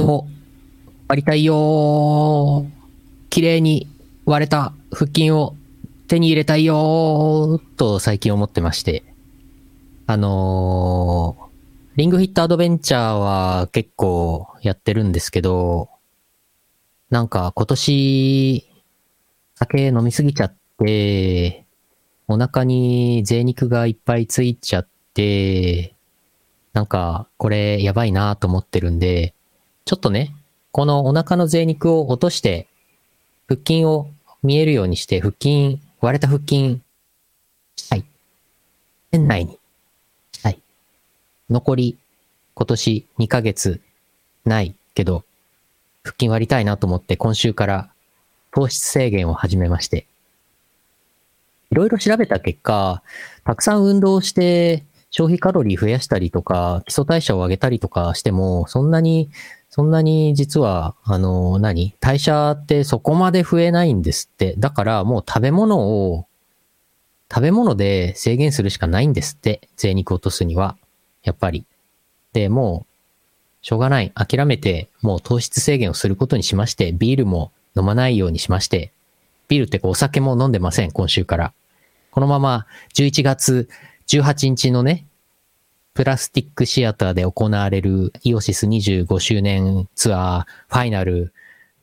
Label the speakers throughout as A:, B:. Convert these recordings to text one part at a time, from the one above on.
A: を割りたいよー。綺麗に割れた腹筋を手に入れたいよー。と最近思ってまして。あのー、リングフィットアドベンチャーは結構やってるんですけど、なんか今年、酒飲みすぎちゃって、お腹に贅肉がいっぱいついちゃって、なんかこれやばいなと思ってるんで、ちょっとね、このお腹の贅肉を落として、腹筋を見えるようにして、腹筋、割れた腹筋、したい。店内に、したい。残り、今年2ヶ月、ないけど、腹筋割りたいなと思って今週から糖質制限を始めまして。いろいろ調べた結果、たくさん運動して消費カロリー増やしたりとか、基礎代謝を上げたりとかしても、そんなに、そんなに実は、あの、何代謝ってそこまで増えないんですって。だからもう食べ物を、食べ物で制限するしかないんですって。贅肉を落とすには。やっぱり。で、もうしょうがない。諦めて、もう糖質制限をすることにしまして、ビールも飲まないようにしまして、ビールってこうお酒も飲んでません、今週から。このまま11月18日のね、プラスティックシアターで行われるイオシス25周年ツアーファイナル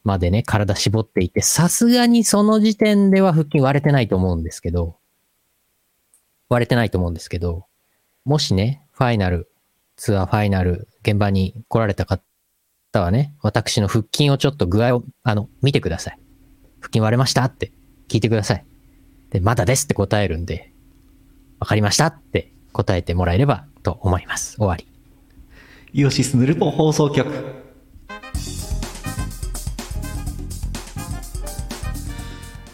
A: までね、体絞っていて、さすがにその時点では腹筋割れてないと思うんですけど、割れてないと思うんですけど、もしね、ファイナル、ツアーファイナル、現場に来られた方はね、私の腹筋をちょっと具合を、あの、見てください。腹筋割れましたって聞いてください。で、まだですって答えるんで、わかりましたって答えてもらえればと思います。終わり。
B: イオシスヌルポン放送局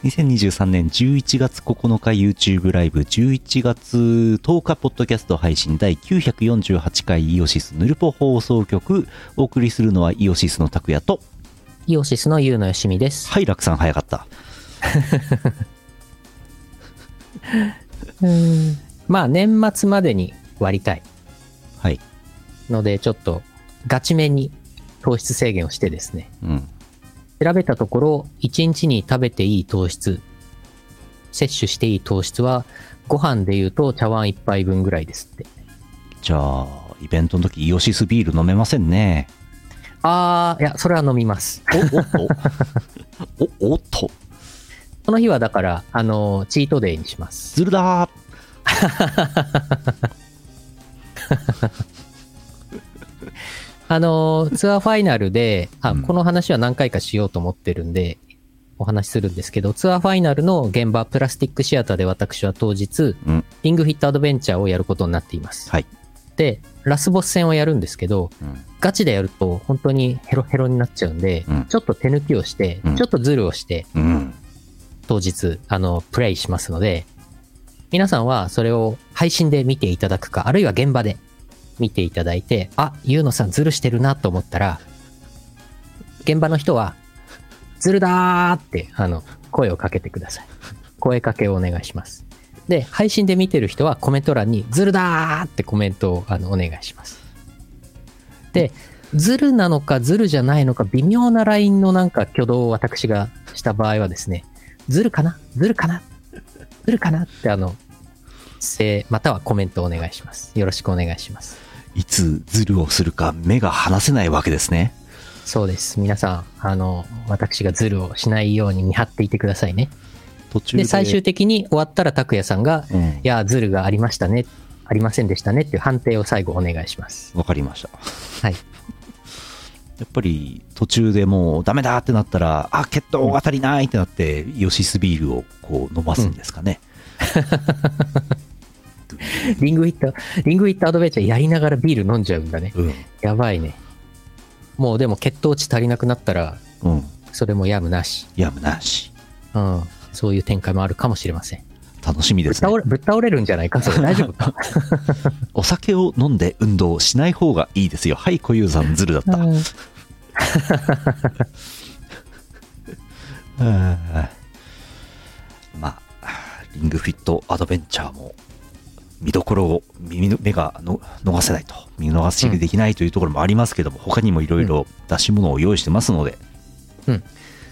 B: 2023年11月9日 YouTube ライブ11月10日ポッドキャスト配信第948回イオシスヌルポ放送局お送りするのはイオシスの拓也と
A: イオシスのゆうのよしみです。
B: はい楽さん早かった
A: まあ、年末までに割りたい
B: はい
A: ので、ちょっとガチめに糖質制限をしてですね、
B: うん
A: 調べたところ、1日に食べていい糖質、摂取していい糖質は、ご飯で言うと茶碗1杯分ぐらいですって。
B: じゃあイベントの時イオシスビール飲めませんね
A: あー、いや、それは飲みます。
B: おおっとおおっと
A: この日はだから、あの、チートデイにします。
B: ズルだー
A: あの、ツアーファイナルで、あ、
B: うん
A: この話は何回かしようと思ってるんで、お話しするんですけど、ツアーファイナルの現場、プラスティックシアターで私は当日、
B: うん
A: リングフィットアドベンチャーをやることになっています。
B: はい、
A: で、ラスボス戦をやるんですけど、
B: うん
A: ガチでやると本当にヘロヘロになっちゃうんで、
B: うん
A: ちょっと手抜きをして、
B: うん
A: ちょっとズルをして、
B: うん
A: 当日、あの、プレイしますので、皆さんはそれを配信で見ていただくか、あるいは現場で見ていただいて、あ、ゆうのさんズルしてるなと思ったら、現場の人は、ズルだーって、あの、声をかけてください。声かけをお願いします。で、配信で見てる人はコメント欄に、ズルだーってコメントをあのお願いします。で、ズルなのかズルじゃないのか微妙なラインのなんか挙動を私がした場合はですね、ずるかなずるかなずるかなってあの、せまたはコメントお願いします。よろしくお願いします。
B: いつズルをするか目が離せないわけですね。
A: そうです。皆さん、あの、私がズルをしないように見張っていてくださいね。
B: 途中で。
A: で、最終的に終わったら拓也さんが、
B: うん
A: いや、ズルがありましたね。ありませんでしたねっていう判定を最後お願いします。
B: わかりました。
A: はい。
B: やっぱり途中でもうダメだってなったら、あ、血糖が足りないってなって、ヨシスビールをこう飲ますんですかね。
A: リングヒット、リングヒットアドベンチャーやりながらビール飲んじゃうんだね。
B: うん。
A: やばいね。もうでも血糖値足りなくなったら、
B: うん。
A: それもやむなし。
B: やむなし。
A: うん。そういう展開もあるかもしれません。
B: 楽しみ
A: ぶ
B: で
A: っ
B: すね
A: 倒。れぶっ倒れるんじゃないか それ大丈夫か
B: お酒を飲んで運動しない方がいいですよ。はい、小遊さん、ズルだった。うんまあ、リングフィットアドベンチャーも見どころを耳の目がの逃せないと見逃しできないというところもありますけども、他にもいろいろ出し物を用意してますので、
A: うん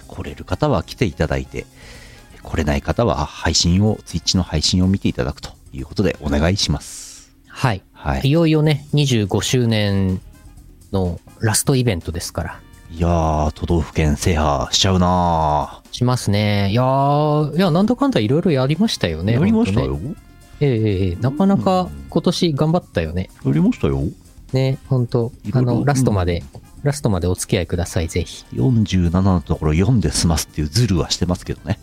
B: 来れる方は来ていただいて来れない方は配信を Twitch の配信を見ていただくということでお願いします
A: はい。
B: はい
A: いよいよね、25周年のラストイベントですから。
B: いやー都道府県制覇しちゃうな
A: しますね。いやー、いや、なんだかんだいろいろやりましたよ
B: ー
A: ね。
B: やりました
A: ほんと
B: よ、
A: ねええええええなかなか今年頑張ったよね。
B: やりましたよ
A: ね、本当
B: いろ
A: あ
B: いろう
A: の、
B: ん
A: ラストまで、ラストまでお付き合いください、ぜひ。
B: 47のところ4で済ますっていうズルはしてますけどね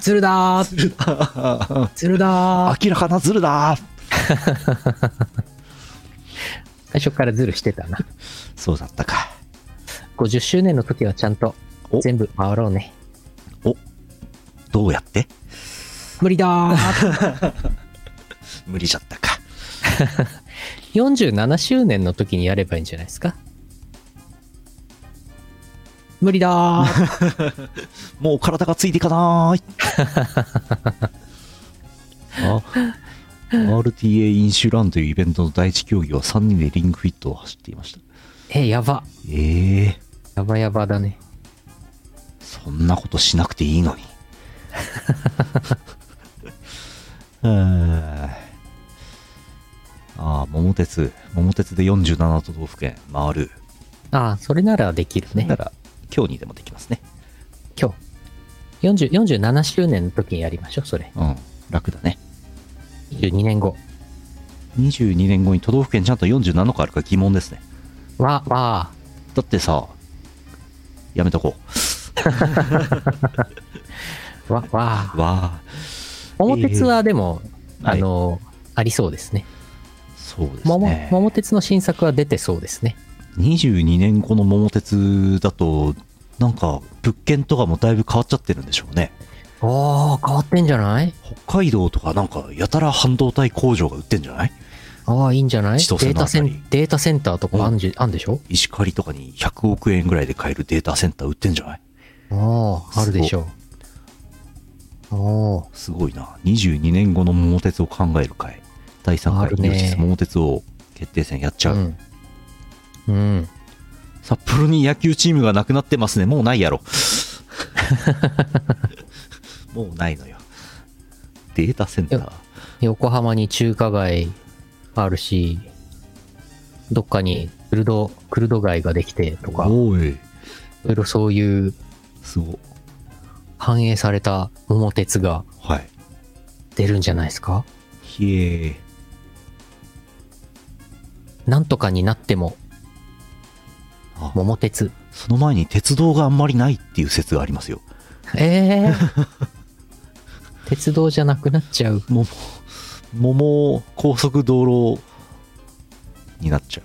A: ズルだー
B: 明
A: ズルだー
B: らかなズルだー
A: 最初からズルしてたな。
B: そうだったか
A: 50周年の時はちゃんと
B: お
A: 全部回ろうね。
B: どうやって
A: 無理だー
B: 無理じゃったか
A: !47 周年の時にやればいいんじゃないですか無理だー
B: もう体がついていかない あ RTA インシュランというイベントの第一競技は3人でリングフィットを走っていました
A: え、やば。
B: ええ
A: やばやばだね。
B: そんなことしなくていい のにああ桃鉄桃鉄で47都道府県回る
A: ああ、それならできるね
B: な。ら今日にでもできますね
A: 今日。40 47周年の時にやりましょう、それ。
B: うん楽だね
A: 22年後。
B: 22年後に都道府県ちゃんと47個あるか疑問ですね
A: わ、わ
B: だってさやめとこ
A: ー、わ、わ
B: うわあ
A: ー。桃鉄はでも、
B: はい
A: あの、ありそうですね。
B: そうです
A: 桃
B: ね
A: 桃鉄の新作は出てそうですね。
B: 22年後の桃鉄だとなんか物件とかもだいぶ変わっちゃってるんでしょうね
A: ああ、変わってんじゃない
B: 北海道とかなんかやたら半導体工場が売ってんじゃない
A: ああ、いいんじゃないデー
B: 千歳のあ
A: タ
B: た
A: セ
B: り
A: ンデータセンターとかあんじ、あんでしょ
B: 石狩とかに100億円ぐらいで買えるデータセンター売ってんじゃない
A: ああ、あるでしょう。お
B: すごいな22年後の桃鉄を考える会第
A: あ
B: 3
A: る
B: 回
A: ね
B: イオシス桃鉄を決定戦やっち
A: あ、
B: ゃう、
A: うん。うん。
B: 札幌に野球チームがなくなってますねもうない やろもうないのよデータセンター
A: 横浜に中華街あるし、どっかにクルド、クルド街ができてとか、い
B: おい
A: ろいろそういう
B: すごい
A: 反映された桃鉄が
B: はい
A: 出るんじゃないですか
B: ひえ
A: なんとかになっても
B: あ
A: 桃鉄。
B: その前に鉄道があんまりないっていう説がありますよ
A: ええ 鉄道じゃなくなっちゃう。
B: 桃桃高速道路になっちゃ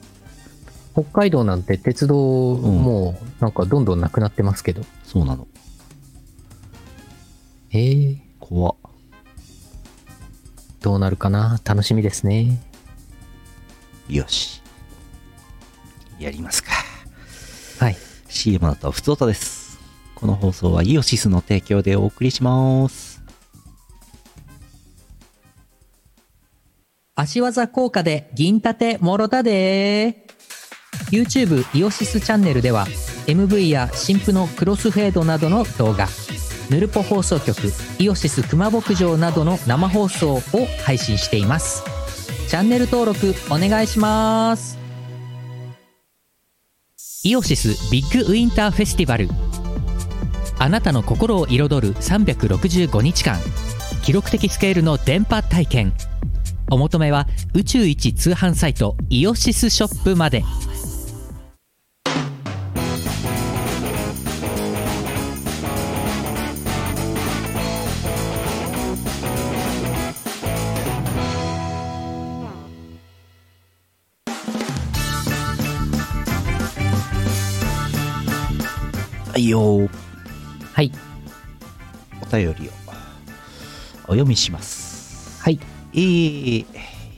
B: う
A: 北海道なんて鉄道
B: うん
A: もうなんかどんどんなくなってますけど。
B: そうなの
A: ええ
B: 怖っ
A: どうなるかな楽しみですね。
B: よしやりますか
A: はい。
B: CM だとふつおたですこの放送はイオシスの提供でお送りします
A: 足技効果で銀盾もろたで YouTube イオシスチャンネルでは MV や新婦のクロスフェードなどの動画ヌルポ放送局イオシス熊牧場などの生放送を配信していますチャンネル登録お願いしますイオシスビッグウィンターフェスティバルあなたの心を彩る365日間記録的スケールの電波体験お求めは宇宙一通販サイトイオシスショップまで
B: はいよお
A: はい
B: 便りをお読みします
A: はい
B: いい、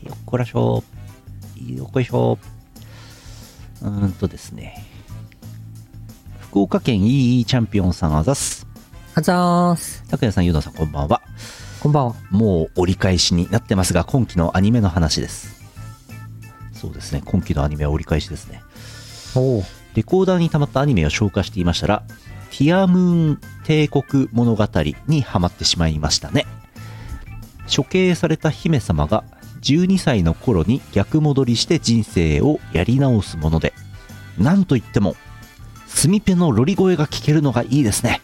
B: よっこらしょ、よっこいしょ。うーんとですね。福岡県いいチャンピオンさんあざす。
A: あざーす
B: 拓也さん、ゆうなさん、こんばんは。
A: こんばんは。
B: もう折り返しになってますが、今期のアニメの話です。そうですね、今期のアニメは折り返しですね。
A: おお。
B: レコーダーに溜まったアニメを消化していましたら、ティアムーン帝国物語にハマってしまいましたね。処刑された姫様が12歳の頃に逆戻りして人生をやり直すもので、なんといっても、スミペのロリ声が聞けるのがいいですね。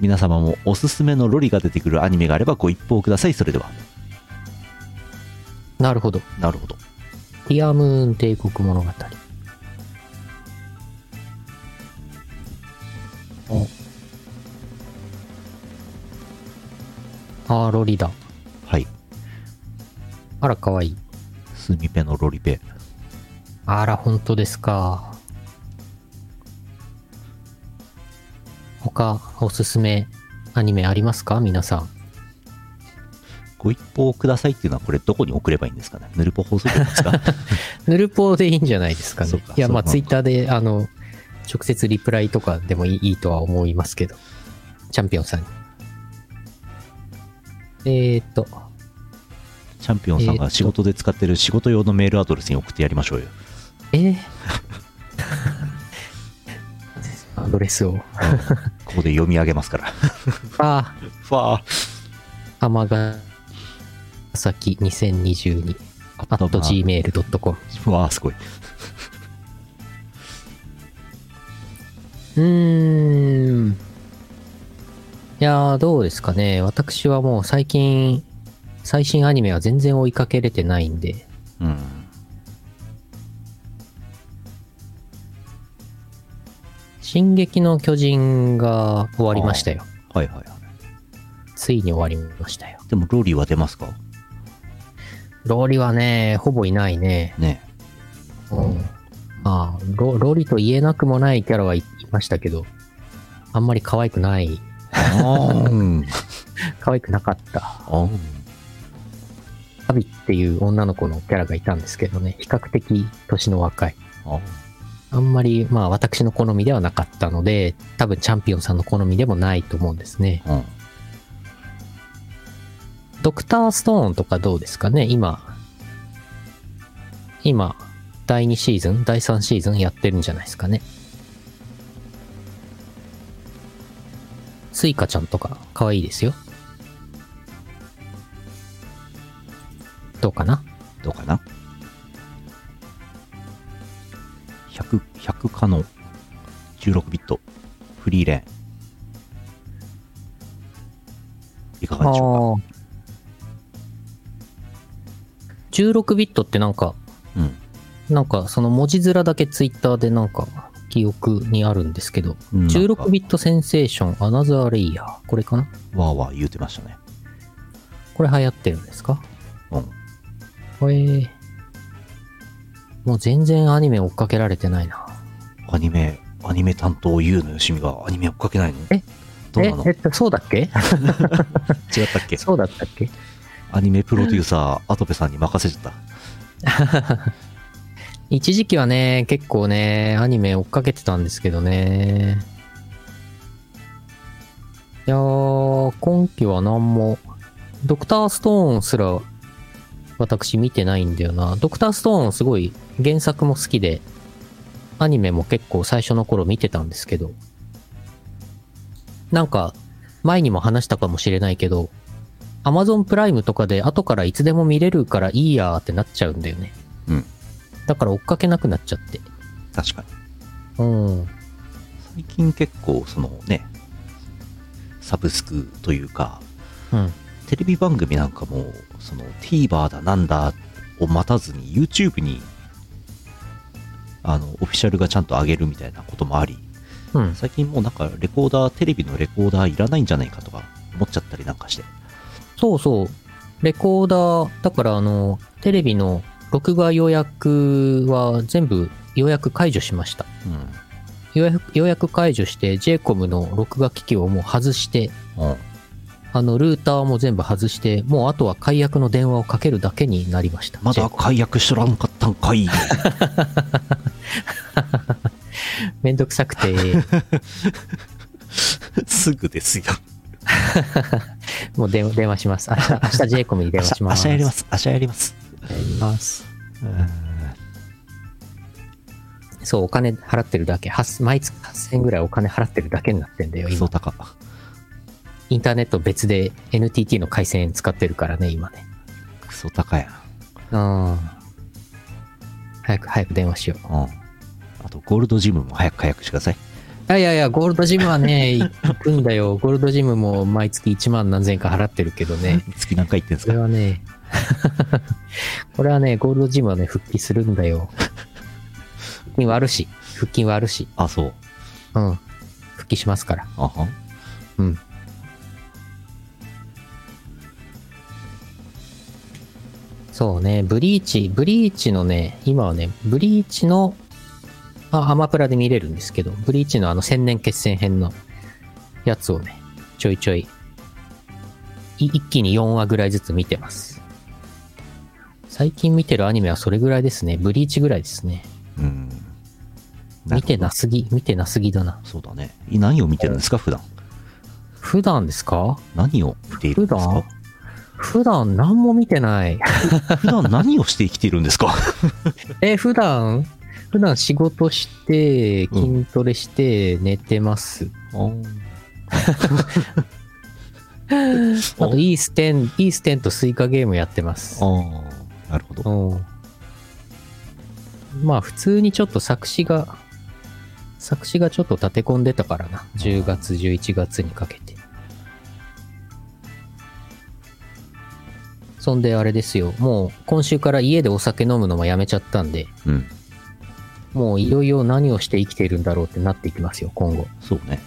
B: 皆様もおすすめのロリが出てくるアニメがあればご一報ください。それでは。
A: なるほど。
B: なるほど。
A: ティアムーン帝国物語。おあー、ロリだ。
B: はい。
A: あら、かわいい。
B: スミペのロリペ。
A: あら、本当ですか。他、おすすめアニメありますか皆さん。
B: ご一報くださいっていうのはこれどこに送ればいいんですかねヌルポ放送 局ですか
A: ヌルポでいいんじゃないですかね。
B: そうか
A: いや、まあ、
B: そうか
A: ツイッターで、あの、直接リプライとかでもいいいいとは思いますけど。チャンピオンさんに。えー、っと、
B: チャンピオンさん
A: えーっ
B: が
A: と
B: 仕事で使ってる仕事用のメールアドレスに送ってやりましょうよ。
A: えー アドレスを。
B: ここで読み上げま すから。
A: あ
B: ファー。
A: あ、天がさき2022、
B: あ
A: あと gmail.com。
B: ファーすごい。
A: うーん。いやー、どうですかね。私はもう最近、最新アニメは全然追いかけれてないんで。
B: うん。
A: 進撃の巨人が終わりましたよ。
B: はいはいはい。
A: ついに終わりましたよ。
B: でもローリーは出ますか
A: ローリはね、ほぼいないね。
B: ね
A: うん。まあ、ロローリと言えなくもないキャラはいいましたけど、あんまり可愛くない。
B: え。あーん。
A: 可愛くなかった。
B: あーん。
A: アビっていう女の子のキャラがいたんですけどね、比較的年の若い。
B: あー
A: あんまり、まあ私の好みではなかったので、多分チャンピオンさんの好みでもないと思うんですね。
B: うん。
A: ドクターストーンとかどうですかね今、今、第2シーズン、第3シーズンやってるんじゃないですかね。スイカちゃんとか、可愛いですよ。どうかな
B: どうかな ?100、100可能。16ビット。フリーレーン。いかがでしょ
A: あー16ビットってなんか、
B: うか
A: なんかその文字面だけツイッターでなんか記憶にあるんですけど、
B: うん。
A: 16ビ
B: ビ
A: ットセンセーションアナザーレイヤー、これかな
B: ット。わーわー言うてましたね。
A: これ流行ってるんですか
B: うん。
A: これ、もう全然アニメ追っかけられてないな。
B: アニメ、アニメ担当、ゆうのよしみがアニメ追っかけないの
A: え
B: どうなの
A: え、え
B: 違っ
A: っと、そうだっけ
B: たっけ
A: そうだったっけ
B: アニメプロデューサー、アトペさんに任せちゃっ
A: 一時期はね、結構ね、アニメ追っかけてたんですけどね。いやー、今期は何も、ドクターストーンすら、私見てないんだよな。ドクターストーンすごい原作も好きで、アニメも結構最初の頃見てたんですけど、なんか、前にも話したかもしれないけど、Amazon プライムとかで後からいつでも見れるからいいやーってなっちゃうんだよね。
B: うん
A: だから追っかけなくなっちゃって。
B: た。確かに。
A: うん。
B: 最近結構、そのね、サブスクというか、
A: うん。
B: テレビ番組なんかも、その TVer だなんだを待たずに YouTube に、あの、オフィシャルがちゃんと上げるみたいなこともあり、
A: うん。
B: 最近もうなんかレコーダー、テレビのレコーダーいらないんじゃないかとか思っちゃったりなんかして。
A: そうそう。レコーダー、だからあの、テレビの録画予約は全部予約解除しました。
B: う
A: 予約予約解除して、JCOM の録画機器をもう外して、
B: ん。うん。
A: あの、ルーターも全部外して、もうあとは解約の電話をかけるだけになりました。
B: まだ
A: J-
B: 解約しとらんかったん かい。
A: めんどくさくて、
B: すぐですよ。
A: もう電電話します。明日、明日 J コムに電
B: 明
A: 話
B: 日
A: しま
B: 明
A: す。
B: 日やりま。す明日やります
A: やります。
B: う
A: そう、お金払ってるだけ。はっ毎月8000円ぐらいお金払ってるだけになってんだよ、
B: んそ
A: 今
B: う。たか
A: インターネット別で NTT の回線使ってるからね、今ね。
B: クソ高や
A: うん。早く、早く電話しよう。
B: うんあとゴールドジムも早く解約してください
A: いやいやいや、ゴールドジムは ね、行くんだよ。ゴールドジムも毎月1万何千円か払ってるけどね。
B: 月何回言ってんす
A: それ
B: か
A: はね、これはね、ゴールドジムはね、復帰するんだ よ。腹筋はあるし、腹筋はあるし、
B: あそう
A: うん。復帰しますから。
B: あはん
A: うん。そうね、ブリーチ、ブリーチのね、今はね、ブリーチの、あ、アマプラで見れるんですけど、ブリーチのあの千年決戦編のやつをね、ちょいちょい、い一気に4話ぐらいずつ見てます。最近見てるアニメはそれぐらいですね。ブリーチぐらいですね。
B: うん
A: 見てなすぎ、見てなすぎだな。
B: そうだねい何を見てるんですか普段
A: 普段ですか
B: 何を見ているんです
A: 普
B: か
A: 段普段何も見てない。
B: 普段何をして生きているんです か
A: え、普段普段仕事して、
B: うん
A: 筋トレして、寝てます。
B: お
A: あと、いいステン、いいステンとスイカゲームやってます
B: あ。あなるほど
A: うん。まあ、普通にちょっと作詞が、作詞がちょっと立て込んでたからな。10月、11月にかけて。そんで、あれですよ。もう、今週から家でお酒飲むのもやめちゃったんで、
B: うん
A: もういよいよ何をして生きているんだろうってなっていきますよ、今後。
B: そうね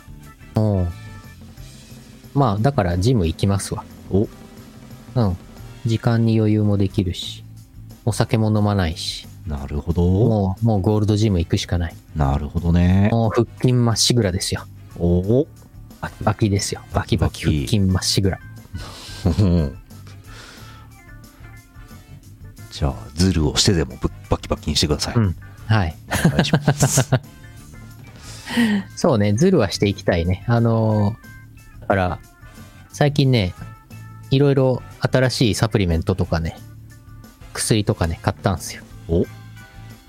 A: まあ、だからジム行きますわ。
B: お
A: うん。時間に余裕もできるし、お酒も飲まないし、
B: なるほど
A: もう、もうゴールドジム行くしかない。
B: なるほどね
A: もう腹筋まっしぐらですよ。
B: おお
A: バキバキですよ。バキバキ
B: バキ
A: 腹筋まっしぐら。
B: じゃあズルをしてでもぶっバキバキにしてください、
A: うんはい。
B: お願いします
A: そうね、ズルはしていきたいね。あのーだから、最近ね、いろいろ新しいサプリメントとかね、薬とかね、買ったんすよ。
B: お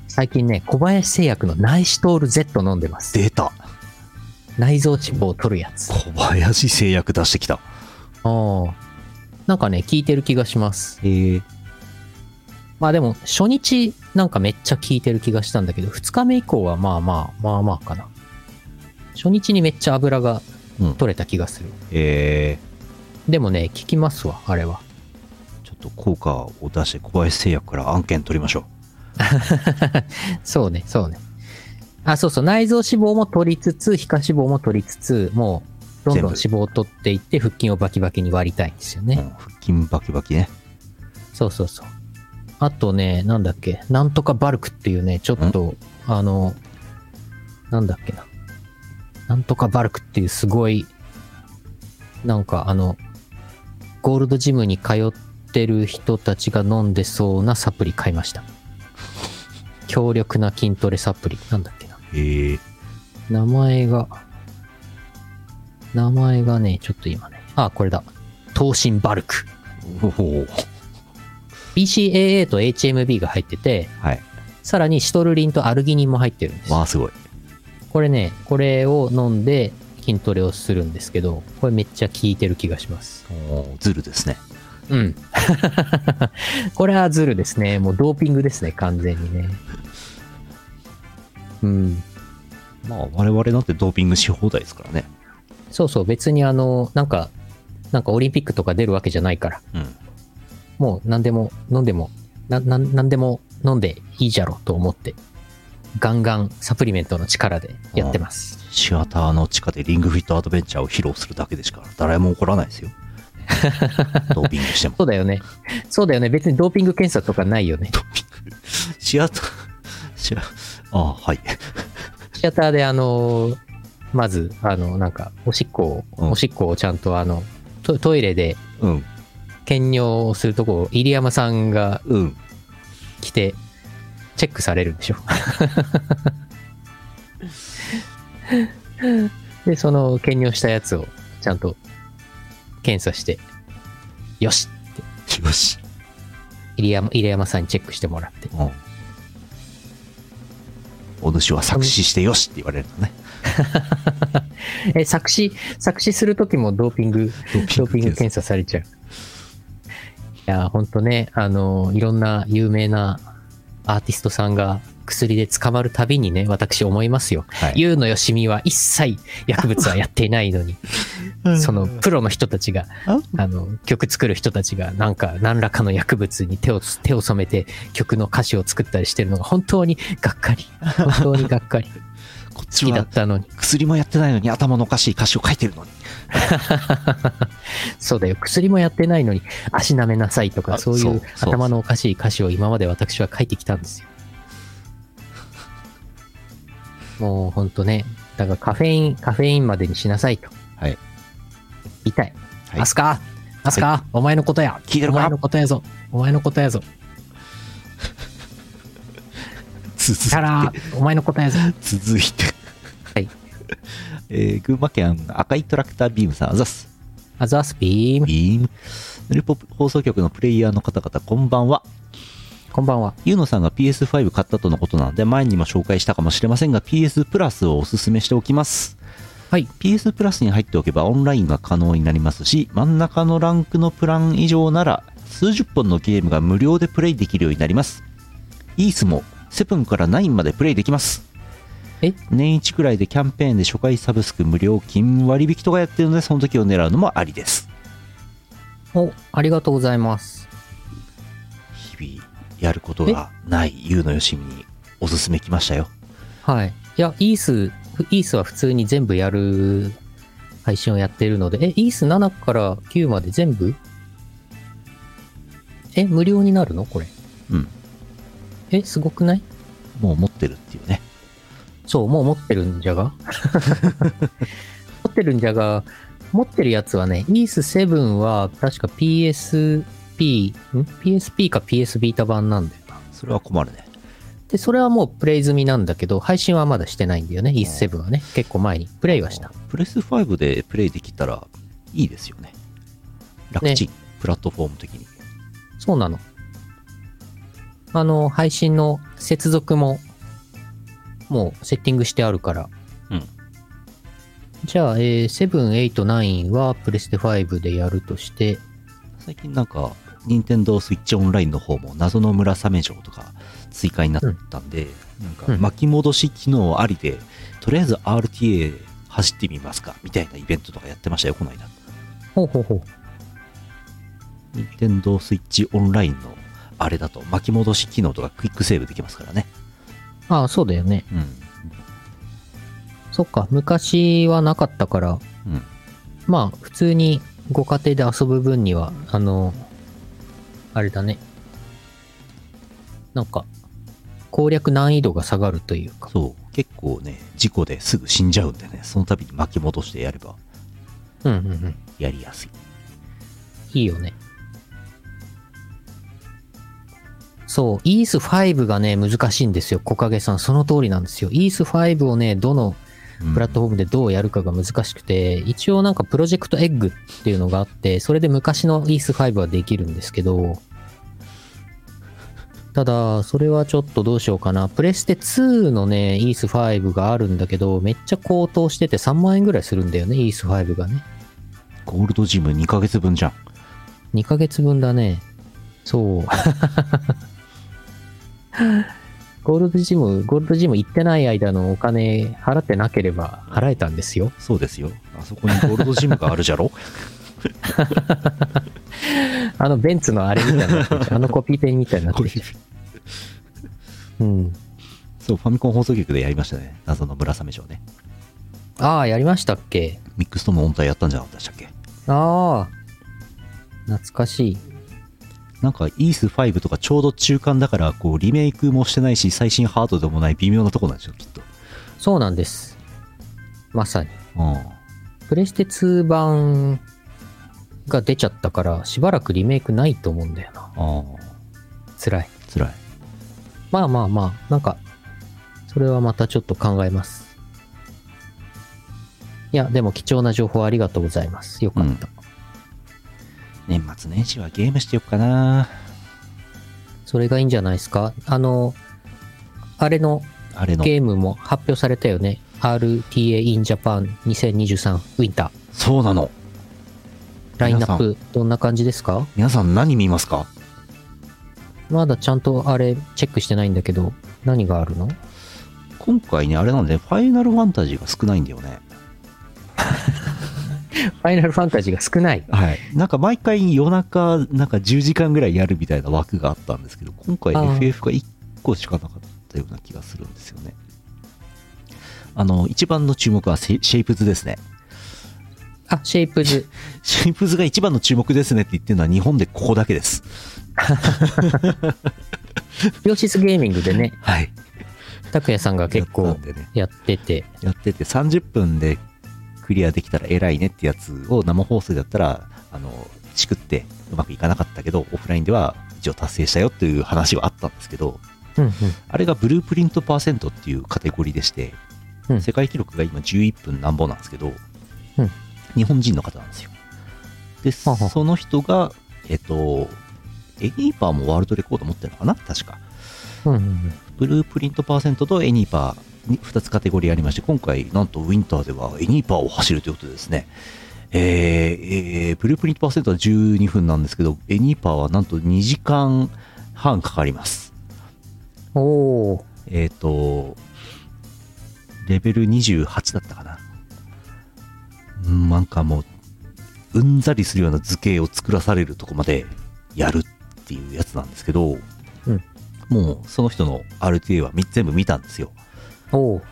A: 最近ね、小林製薬のナイシトール Z 飲んでます。
B: 出た
A: 内臓脂肪を取るやつ。
B: 小林製薬出してきた
A: おーなんかね、効いてる気がします。
B: えー、
A: まあでも、初日なんかめっちゃ効いてる気がしたんだけど、2日目以降はまあまあ、まあまあかな。初日にめっちゃ油が
B: うん
A: 取れた気がする。
B: え
A: でもね、効きますわ、あれは。
B: ー、ちょっと効果を出して小林製薬から案件取りましょ
A: そうね、そうね。あ、そうそう、内臓脂肪も取りつつ、皮下脂肪も取りつつ、もう、どんどん脂
B: 全
A: 肪を取っていって、腹筋をバキバキに割りたいんですよ
B: う、
A: ね。
B: うん腹筋バキバキね
A: そうそうそう。あとね、なんだっけ、なんとかバルクっていうね、ちょっと、あの、なんだっけな。なんとかバルクっていうすごい、なんかあの、ゴールドジムに通ってる人たちが飲んでそうなサプリ買いました。強力な筋トレサプリ。なんだっけな。
B: えー、
A: 名前が、名前がね、ちょっと今ね。あ、これだ。東進バルク。
B: おお
A: BCAA と HMB が入ってて、
B: はい
A: さらにシトルリンとアルギニンも入ってるんです。
B: わあすごい
A: これね、これを飲んで筋トレをするんですけど、これめっちゃ効いてる気がします。
B: おーズルですね
A: うん。 これはズルですね。もうドーピングですね、完全にね。うん。
B: まあ我々なんてドーピングし放題ですからね
A: そうそう、別にあの、なんか、なんかオリンピックとか出るわけじゃないから、
B: うん
A: もう何でも飲んでも、な、な、何でも飲んでいいじゃろと思って、ガンガンサプリメントの力でやってます。
B: シアターの地下でリングフィットアドベンチャーを披露するだけでしか誰も怒らないです よドーピングしても
A: そうだよね。そうだよね。別にドーピング検査とかないよね。
B: ドーピングシアターシアああはい
A: シアターで、あのーまず、あの、なんか、おしっこを、
B: うん
A: おしっこをちゃんと、あの、トトイレで
B: うん
A: 検尿をするとこを、入山さんが
B: うん
A: 来て、チェックされるんでし ょ。で、その検尿したやつを、ちゃんと検査して、よし
B: よし。
A: 入山入山さんにチェックしてもらって。
B: うん。お主は作詞してよしって言われるのね。
A: え、作詞、作詞するときもドーピング、
B: ド
A: ドーピング検査されちゃう。いやー、ほんとね、あのーいろんな有名なアーティストさんが薬で捕まるたびにね、私思いますよ。
B: はい
A: ゆうのよしみは一切薬物はやっていないのに、そのプロの人たちが、
B: あ
A: あの、曲作る人たちがなんか何らかの薬物に手を、手を染めて曲の歌詞を作ったりしてるのが本当にがっかり。本当にがっかり。
B: こっ
A: 好
B: ち
A: きだっ
B: は
A: たのに。
B: 薬もやってないのに頭のおかしい歌詞を書いてるのに。
A: そうだよ。薬もやってないのに足舐めなさいと
B: あ
A: か、そうい
B: そう
A: う
B: そう
A: 頭のおかしい歌詞を今まで私は書いてきたんですよ。もうほんとね。だからカフェイン、カフェインまでにしなさいと。
B: はい。
A: 痛い。
B: はい
A: アスカアスカ、お前のことや
B: 聞いてるか
A: お前のことやぞお前のことやぞ
B: 続い
A: キャラ
B: て、
A: お前のことやぞ
B: 続いて。
A: はい。
B: えー群馬県赤いトラクタービームさん、あざっす。
A: アザースビーム。
B: ビーム。ヌルポ放送局のプレイヤーの方々、こんばんは。
A: こんばんは。
B: ゆうのさんが PS5 買ったとのことなので、前にも紹介したかもしれませんが、PS プラスをおすすめしておきます。
A: はい。
B: PS プラスに入っておけばオンラインが可能になりますし、真ん中のランクのプラン以上なら、数十本のゲームが無料でプレイできるようになります。イースも、セブンから9までプレイできます。
A: え
B: 年一くらいでキャンペーンで初回サブスク無料金割引とかやってるので、その時を狙うのもありです。
A: お、ありがとうございます。
B: 日々、やることがないゆうのよしみにおすすめきましたよ。
A: はい。いや、イース、イースは普通に全部やる配信をやっているので、え、イース7から9まで全部え、無料になるのこれ。
B: うん。
A: え、すごくない
B: もう持ってるっていうね。
A: そう、もう持ってるんじゃ が。持ってるんじゃが、持ってるやつはね、イース7は確か PSP、ん ?PSP か PS ビータ版なんだよな。
B: それは困るね。
A: で、それはもうプレイ済みなんだけど、配信はまだしてないんだよね、イース7はね。結構前にプレイはした。
B: プレス5でプレイできたらいいですよね。楽ちん、プラットフォーム的に。
A: そうなの。あの、配信の接続も、もうセッティングしてあるから。
B: うん
A: じゃあ、えー、7、8、9はプレステ5でやるとして、
B: 最近なんか、任天堂スイッチオンラインの方も謎の村雨城とか追加になったんで、なんか
A: うん
B: 巻き戻し機能ありで、とりあえず RTA 走ってみますかみたいなイベントとかやってましたよ、この間。
A: ほうほうほう。
B: 任天堂スイッチオンラインのあれだと巻き戻し機能とかクイックセーブできますからね。
A: ああ、そうだよね。
B: うん。
A: そっか、昔はなかったから、
B: うん。
A: まあ、普通にご家庭で遊ぶ分には、あの、あれだね。なんか、攻略難易度が下がるというか。
B: そう。結構ね、事故ですぐ死んじゃうんでね、その度に巻き戻してやれば
A: うんうんうん。
B: やりやすい。
A: いいよね。そう、イース5がね、難しいんですよ。木陰さん、その通りなんですよ。イース5をね、どのプラットフォームでどうやるかが難しくて、一応なんかプロジェクトエッグっていうのがあって、それで昔のイース5はできるんですけど、ただ、それはちょっとどうしようかな。プレステ2のね、イース5があるんだけど、めっちゃ高騰してて3万円ぐらいするんだよね、イース5がね。
B: ゴールドジム2ヶ月分じゃん。
A: 2ヶ月分だね。そう。ゴールドジム、ゴールドジム行ってない間のお金払ってなければ払えたんですよ。
B: そうですよ。あそこにゴールドジムがある じゃろ
A: あのベンツのあれみたいになってるじゃん。あのコピーペンみたいになってるじゃん。うん。
B: そう、ファミコン放送局でやりましたね。謎の村雨城ね。
A: ああ、やりましたっけ
B: ミックスとも音体やったんじゃなかったでしたっけ
A: ああ。懐かしい。
B: なんか、イース5とかちょうど中間だから、こう、リメイクもしてないし、最新ハードでもない微妙なとこなんでしょ、きっと。
A: そうなんです。まさに。
B: う
A: プレステ2版が出ちゃったから、しばらくリメイクないと思うんだよな。
B: ん。あ
A: 辛い。
B: あ、辛い。
A: まあまあまあ、なんか、それはまたちょっと考えます。いや、でも貴重な情報ありがとうございます。よかった。
B: 年末年始はゲームしてよっかな
A: それがいいんじゃないですかあの、あれの
B: あれの。
A: ゲームも発表されたよね。RTA in Japan 2023 Winter。
B: そうなの。
A: ラインナッ
B: 皆
A: プどんな感じですか
B: 皆さん何見ますか
A: まだちゃんとあれチェックしてないんだけど、何があるの
B: 今回ね、あれなんで、ファイナルファンタジーが少ないんだよね。
A: ファイナルファンタジーが少ない。
B: はい。なんか毎回夜中、なんか10時間ぐらいやるみたいな枠があったんですけど、今回
A: あー
B: FF が1個しかなかったような気がするんですよね。あの、一番の注目はシェシェイプズですね。
A: あ、シェイプズ。
B: シェイプズが一番の注目ですねって言ってるのは日本でここだけです。
A: ヨシスゲーミングでね、
B: はい。
A: 拓也さんが結
B: やっ
A: 構
B: たんでね。
A: やってて、
B: やってて30分でクリアできたら偉いねってやつを生放送だったらあのチクってうまくいかなかったけどオフラインでは一応達成したよっていう話はあったんですけど
A: うんうん、
B: あれがブループリントパーセントっていうカテゴリーでして、
A: うん
B: 世界記録が今11分なんぼなんですけど、
A: うん
B: 日本人の方なんですよで
A: はは
B: その人がえっとエニーパーもワールドレコード持ってるのかな確か
A: うんうん
B: ブループリントパーセントとエニーパーに2つカテゴリーありまして、今回、なんとウィンターではエニーパーを走るということでですね、えーえーブループリントパーセントは12分なんですけど、エニーパーはなんと2時間半かかります。
A: うん。おー、
B: えっ、と、レベル28だったかな。うんなんかもう、うんざりするような図形を作らされるとこまでやるっていうやつなんですけど、
A: うん
B: もうその人の RTA はみ全部見たんですよ。
A: おー、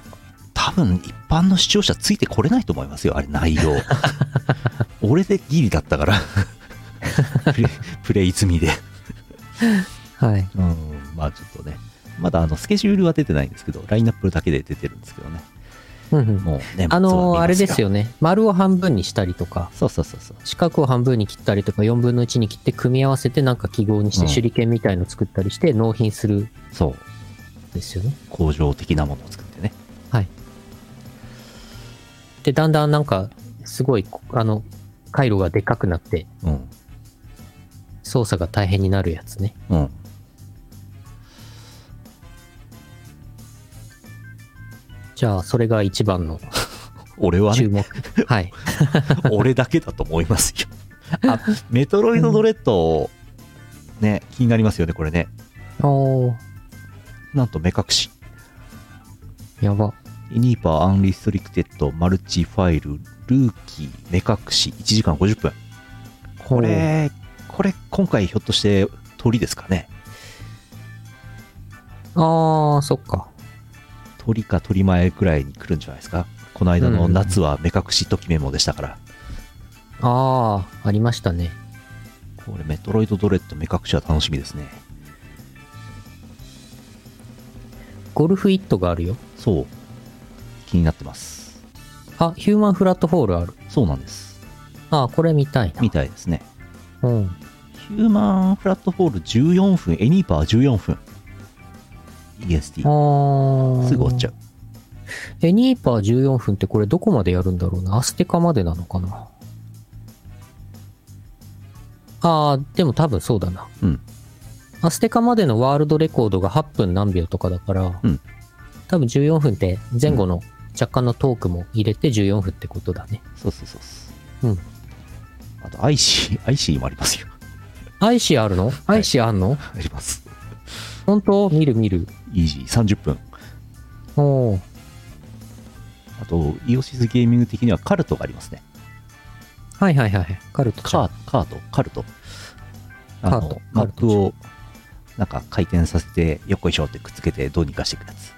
B: 多分一般の視聴者ついてこれないと思いますよあれ内 容俺でギリだったから プレプレイ済みで
A: はい。
B: うんまあちょっとねまだあのスケジュールは出てないんですけどラインナップだけで出てるんですけどね
A: うんうん
B: もうね
A: あのーあれですよね。丸を半分にしたりとか、
B: そうそうそうそう
A: 四角を半分に切ったりとか、4分の1に切って組み合わせてなんか記号にして、
B: うん
A: 手裏剣みたいの作ったりして納品するん
B: そう
A: ですよね。
B: 工場的なものを作ってね
A: で、だんだんなんか、すごい、あの、回路がでかくなって、
B: うん
A: 操作が大変になるやつね。
B: うん
A: じゃあ、それが一番の
B: 俺は
A: 注
B: ね
A: 目。はい。
B: 俺だけだと思いますよあメトロイドドレッドね気になりますよねこれね
A: おー、
B: なんと目隠し
A: やば。
B: イニーパーアンリストリクテッドマルチファイルルーキー目隠し1時間50分これこれ今回ひょっとして鳥ですかね
A: あー、そっか。
B: 鳥か鳥前くらいに来るんじゃないですかこの間の夏は目隠しときメモでしたから、
A: あー、ありましたね。
B: これメトロイドドレッド目隠しは楽しみですね
A: ゴルフイットがあるよ。
B: そう気になってます
A: あ、ヒューマンフラットフォールある。
B: そうなんです
A: あー、これ見たいな。
B: みたいですね
A: うん。
B: ヒューマンフラットフォール14分エニーパー14分 EST
A: あ
B: すぐ終わっちゃ
A: う。
B: う
A: エニーパー14分ってこれどこまでやるんだろうな。アステカまでなのかな。あー、でも多分そうだな。
B: うん
A: アステカまでのワールドレコードが8分何秒とかだから、
B: うん
A: 多分14分って前後の若干のトークも入れて14分ってことだね。
B: そうそうそうそう
A: うん。
B: あと、アイシー、アイ シーもありますよ。
A: アイシーあるのアイシーあんの、
B: あります。
A: 本当見る見る。
B: イージー、30分。
A: おー
B: あと、イオシスゲーミング的にはカルトがありますね。
A: はいはいはい。カルトちゃん
B: カーカート、カルト。あ
A: カート
B: の、マップ
A: カ
B: を、なんか回転させて、よっこいしょってくっつけて、どうにかしていくやつ。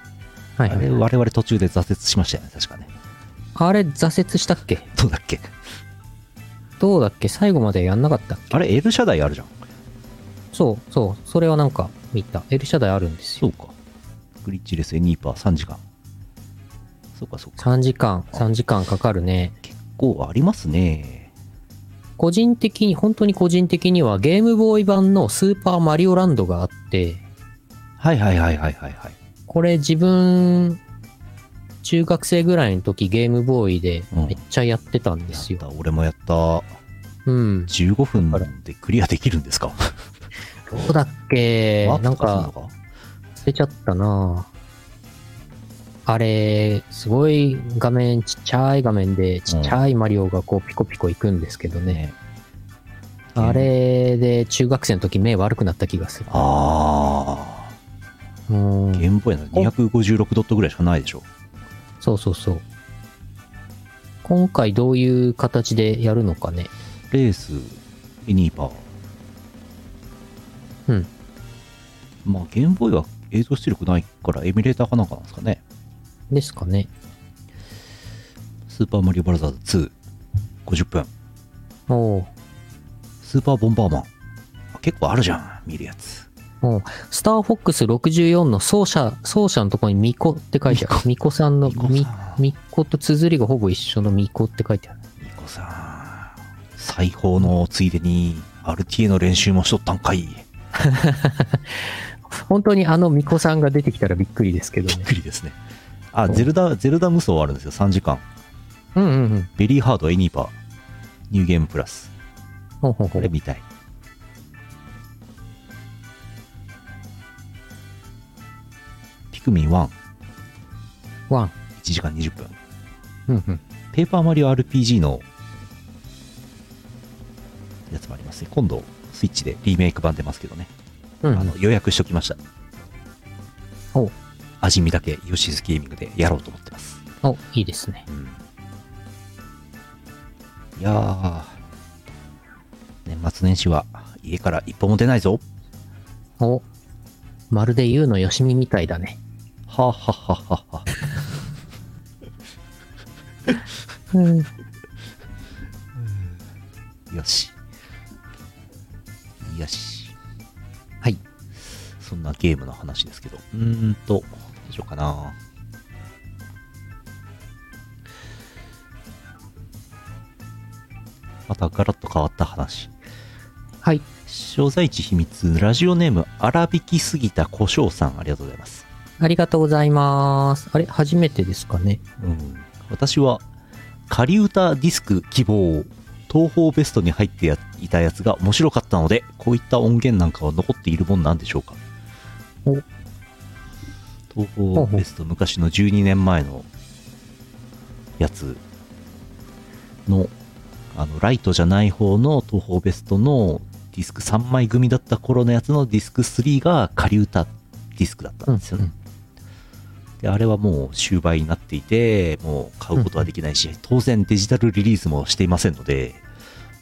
A: はい
B: あ
A: はい
B: れ、
A: はい、
B: 我々途中で挫折しましたよね、確かね。
A: あれ挫折したっけ
B: どうだっけ
A: どうだっけ最後までやんなかったっけ
B: あれ、エルシャダイあるじゃん。
A: そうそう。それはなんか見た。エルシャダイあるんですよ。
B: そうか。グリッチレスエニーパー3時間。そうか、そうか。
A: 3時間、3時間かかるね。
B: 結構ありますね。
A: 個人的に、本当に個人的にはゲームボーイ版のスーパーマリオランドがあって、
B: はいはいはいはいはいはい。
A: これ自分、中学生ぐらいの時ゲームボーイで
B: うん
A: めっちゃやってたんです
B: やっ
A: よ。
B: た、俺もやった。
A: うん。
B: 15分でクリアできるんですか、
A: どうだっけ
B: ワープ
A: なん
B: とするの
A: か、忘れちゃったなあれ、すごい画面、ちっちゃい画面で、ちっちゃいマリオがこうピコピコ行くんですけどね。
B: ね
A: あれで中学生の時目悪くなった気がする。う
B: ああゲー
A: ん。
B: ムボーイなんて256ドットぐらいしかないでしょ
A: そうそうそう。今回どういう形でやるのかね。
B: レースミニバー
A: うん
B: まあゲームボーイは映像出力ないからエミュレーターかなんかなんですかね
A: ですかね。
B: スーパーマリオブラザーズ250分
A: おう
B: スーパーボンバーマンあ結構あるじゃん見るやつ
A: おうスターフォックス64の奏者、奏者のところにミコって書いてある。ミコさんの、
B: ミコさん
A: ミミコと綴りがほぼ一緒のミコって書いてある。
B: ミコさん裁縫のついでに RTA の練習もしとったんかい
A: 本当にあのミコさんが出てきたらびっくりですけど
B: びっ
A: ね。
B: くりですねあゼルダゼルダ無双あるんですよ3時間
A: うんうんうん。
B: ベリーハードエニーバーニューゲームプラス
A: ほうほうほ
B: こ
A: う
B: れ見たいピクミン11
A: ワン。
B: 時間20分
A: うんうん。
B: ペーパーマリオ RPG のやつもありますね今度スイッチでリメイク版出ますけどね、
A: うん
B: あの予約しときました
A: お
B: 味見だけ吉津ゲーミングでやろうと思ってます、
A: お、いいですね。
B: うんいやー年末年始は家から一歩も出ないぞ
A: お、まるでユウのよしみみたいだね。
B: はあはあはあはあはあ
A: うん。
B: よし。よし。
A: はい。
B: そんなゲームの話ですけど。うーんと、どうしようかな。またガラッと変わった話。
A: はい。
B: 所在地秘密、ラジオネーム、粗引きすぎた胡椒さん、ありがとうございます。
A: ありがとうございます。あれ初めてですかね。
B: うん、私は仮歌ディスク希望東宝ベストに入ってやいたやつが面白かったのでこういった音源なんかは残っているもんなんでしょうか
A: お
B: 東宝ベスト昔の12年前のやつのあのライトじゃない方の東宝ベストのディスク3枚組だった頃のやつのディスク3が仮歌ディスクだったんですよね、であれはもう終売になっていてもう買うことはできないし、当然デジタルリリースもしていませんので、
A: うんうん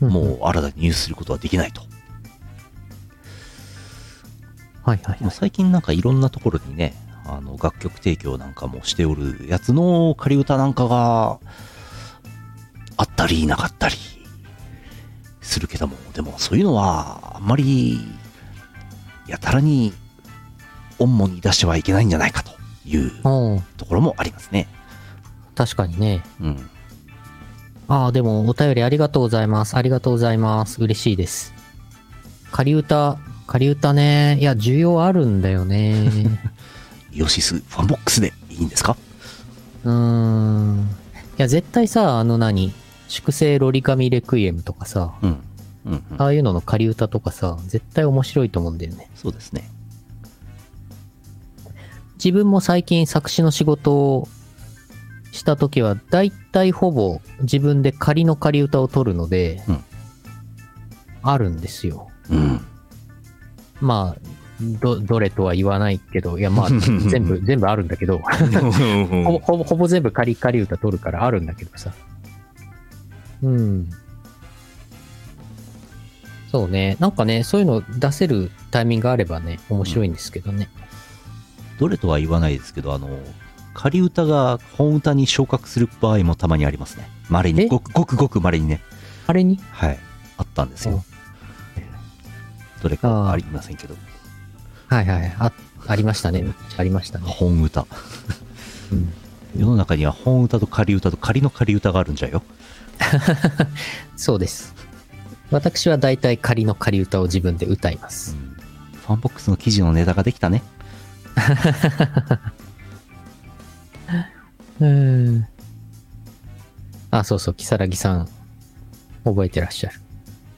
B: もう新たに入手することはできないと、
A: はいはい
B: もう
A: はい。
B: 最近なんかいろんなところにねあの楽曲提供なんかもしておるやつの仮歌なんかがあったりなかったりするけどもでもそういうのはあんまりやたらに恩門に出してはいけないんじゃないかという
A: おう
B: ところもありますね。
A: 確かにね。
B: うん
A: ああ、でもお便りありがとうございます。ありがとうございます。嬉しいです。仮歌、仮歌ね。いや、需要あるんだよ ね。
B: イオシスファンボックスでいいんですか
A: うーん。いや、絶対さ、あの何、粛清ロリカミレクイエムとかさ、
B: うん。うん、うん
A: ああいうのの仮歌とかさ、絶対面白いと思うんだよね。
B: そうですね。
A: 自分も最近作詞の仕事をした時は大体ほぼ自分で仮の仮歌を取るので、
B: うん
A: あるんですよ
B: うん。
A: まあどどれとは言わないけどいやまあ 全部全部あるんだけどほぼほぼほぼ全部仮仮歌取るからあるんだけどさうんそうねなんかねそういうの出せるタイミングがあればね面白いんですけどね、
B: どれとは言わないですけど、あの、仮歌が本歌に昇格する場合もたまにありますね。まれに、
A: え
B: ごくごくごくまれにね。
A: あれに
B: はい。あったんです
A: うん
B: よ。どれかありませんけど、
A: はいはいあありましたねありましたね
B: 本歌。
A: うん
B: 世の中には本歌と仮歌と仮の仮歌があるんじゃよ。
A: そうです。私は大体仮の仮歌を自分で歌いま
B: う
A: す。
B: んファンボックスの記事のネタができたね。
A: うん。あ、そうそう、如月さん、覚えてらっしゃる。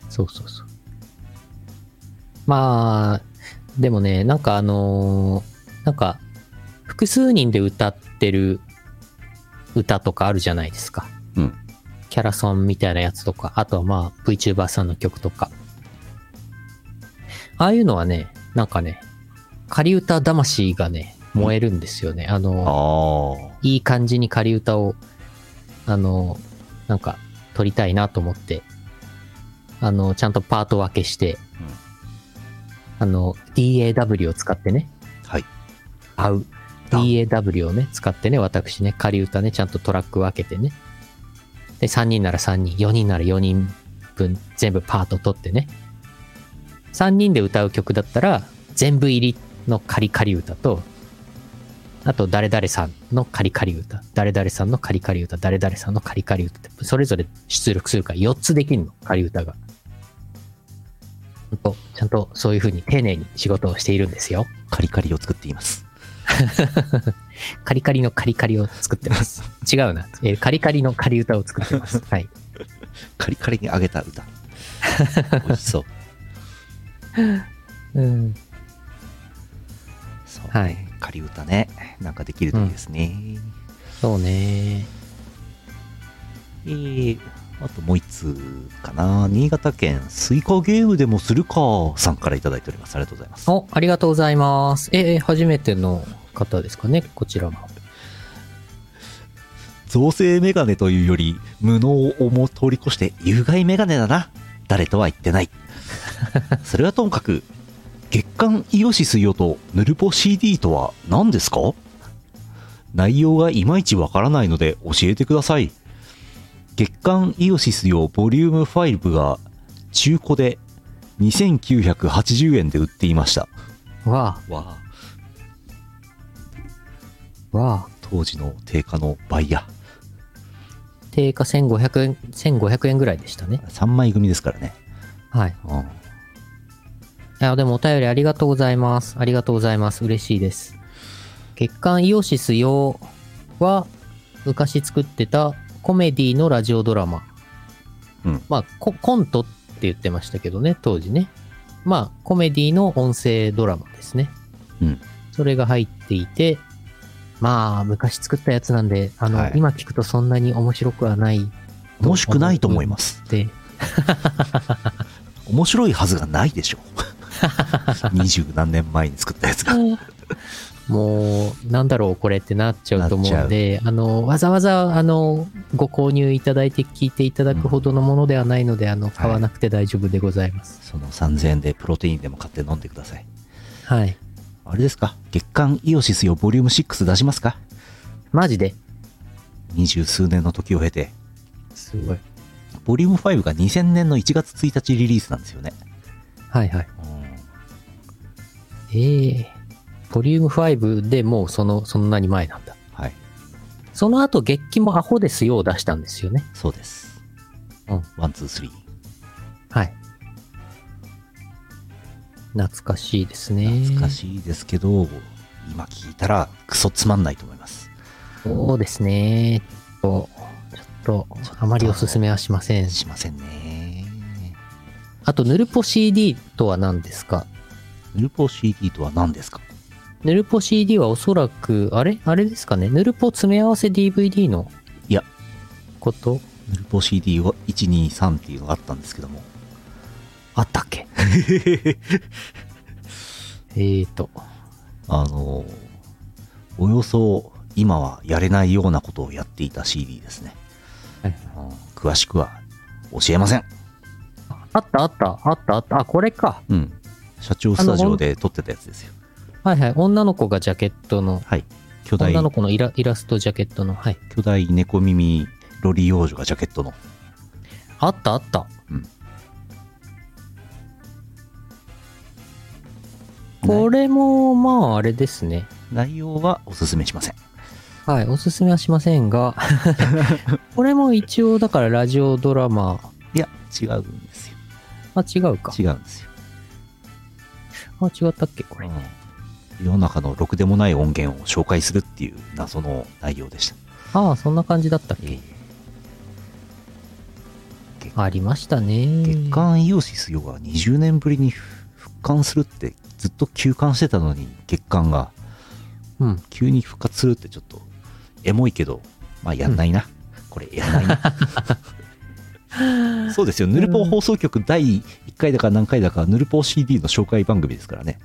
A: そうそうそう。まあ、でもね、なんかあのーなんか、複数人で歌ってる歌とかあるじゃないですか。
B: うん。
A: キャラソンみたいなやつとか、あとはまあ VTuber さんの曲とか。ああいうのはね、なんかね、仮歌魂がね、燃えるんですよね。あのー
B: あ
A: いい感じに仮歌を、あの、なんか、撮りたいなと思って、あの、ちゃんとパート分けして、あの、DAW を使ってね、
B: あ。はい。
A: 合う。
B: だ
A: DAW をね、使ってね、私ね、仮歌ね、ちゃんとトラック分けてね。で、3人なら3人、4人なら4人分、全部パート取ってね。3人で歌う曲だったら、全部入りの仮仮歌と、あと、誰々さんの仮仮歌、誰々さんの仮仮歌、誰々さんの仮仮歌って、それぞれ出力するから4つできるの、仮歌が。ほんとちゃんとそういう風に丁寧に仕事をしているんですよ。
B: カリカリを作っています。
A: カリカリのカリカリを作って ます。違うな。えーカリカリの仮歌を作ってます。 はい。
B: カリカリに揚げた 歌。美味しそう。
A: うん。
B: そう、
A: はい。
B: 仮歌ね。なんかできるといいですね。
A: そうね。
B: えー、あともう一通かな。新潟県、スイカゲームでもするかさんからいただいております。ありがとうございます。
A: お、ありがとうございます。えー、初めての方ですかね、こちらも。
B: 造成メガネというより、無能をも通り越して有害メガネだな。誰とは言ってない。 それはともかく、月刊イオシスよとヌルポ CD とは何ですか内容がいまいちわからないので教えてください。月刊イオシスよボリューム5が中古で2980円で売っていました。
A: わ
B: わあ、
A: あ、わあ。
B: 当時の定価の倍や。
A: 定価1500円、1500円ぐらいでしたね。
B: 3枚組ですからね。
A: はい。
B: うん
A: いや、でもお便りありがとうございます。ありがとうございます。嬉しいです。月刊イオシス用は、昔作ってたコメディのラジオドラマ。
B: うん
A: まあコ、コントって言ってましたけどね、当時ね。まあ、コメディの音声ドラマですね。
B: うん
A: それが入っていて、まあ、昔作ったやつなんで、あの、
B: はい
A: 今聞くとそんなに面白くはない
B: 面白くないと思います。
A: で、
B: 面白いはずがないでしょ二十何年前に作ったやつが
A: もう、なんだろう、これってなっちゃうと思う
B: なっ
A: んで、あの、わざわざ、あの、ご購入いただいて聞いていただくほどのものではないので、あの、買わなくて大丈夫でございます。
B: その3000円でプロテインでも買って飲んでください
A: はい。
B: あれですか月刊イオシスよボリューム6出しますか
A: マジで
B: 二十数年の時を経て
A: すごい。
B: ボリューム5が2000年の1月1日リリースなんですよね
A: はいはい。
B: うん
A: ええボリューム5でもうその、そんなに前なんだ。
B: はい
A: その後、月記もアホですよを出したんですよね。
B: そうです
A: うん
B: ワンツースリー
A: はい。懐かしいですね。
B: 懐かしいですけど、今聞いたらクソつまんないと思います
A: そうですね。ちょっと、ちょっと、あまりおすすめはしません。
B: しませんね
A: あと、ヌルポ CD とは何ですか
B: ヌルポ CD とは何ですか
A: ヌルポ CD はおそらく、あれあれですかねヌルポ詰め合わせ DVD の
B: いや
A: こと
B: ヌルポ CD は123っていうのがあったんですけども、
A: あったっ けえーと、
B: あの、およそ今はやれないようなことをやっていた CD ですね。
A: はい
B: うん詳しくは教えません。
A: あったあった、あったあった、あ、これか。
B: うん。社長スタジオで撮ってたやつですよ。
A: はいはい、女の子がジャケットの、
B: はい。巨大、
A: 女の子のイライラストジャケットの、はい。
B: 巨大猫耳ロリ幼女がジャケットの。
A: あったあった。
B: うん。
A: これも、まあ、あれですね。
B: 内内容はおすすめしません。
A: はい、おすすめはしませんが、これも一応、だからラジオドラマ、
B: いや、違うんですよ。
A: あ、違うか。
B: 違うんですよ。
A: あ、違ったっけ、これ。
B: 世の中のろくでもない音源を紹介するっていう謎の内容でした。
A: ああ、そんな感じだったっけ。
B: ええ月
A: ありましたね。
B: 月刊イオシスヨガ20年ぶりに復刊するってずっと休刊してたのに月刊が
A: うん。
B: 急に復活するってちょっとエモいけどまあやんないな、これやんないなそうですよヌルポ放送局第1回だか何回だかヌルポ CD の紹介番組ですからね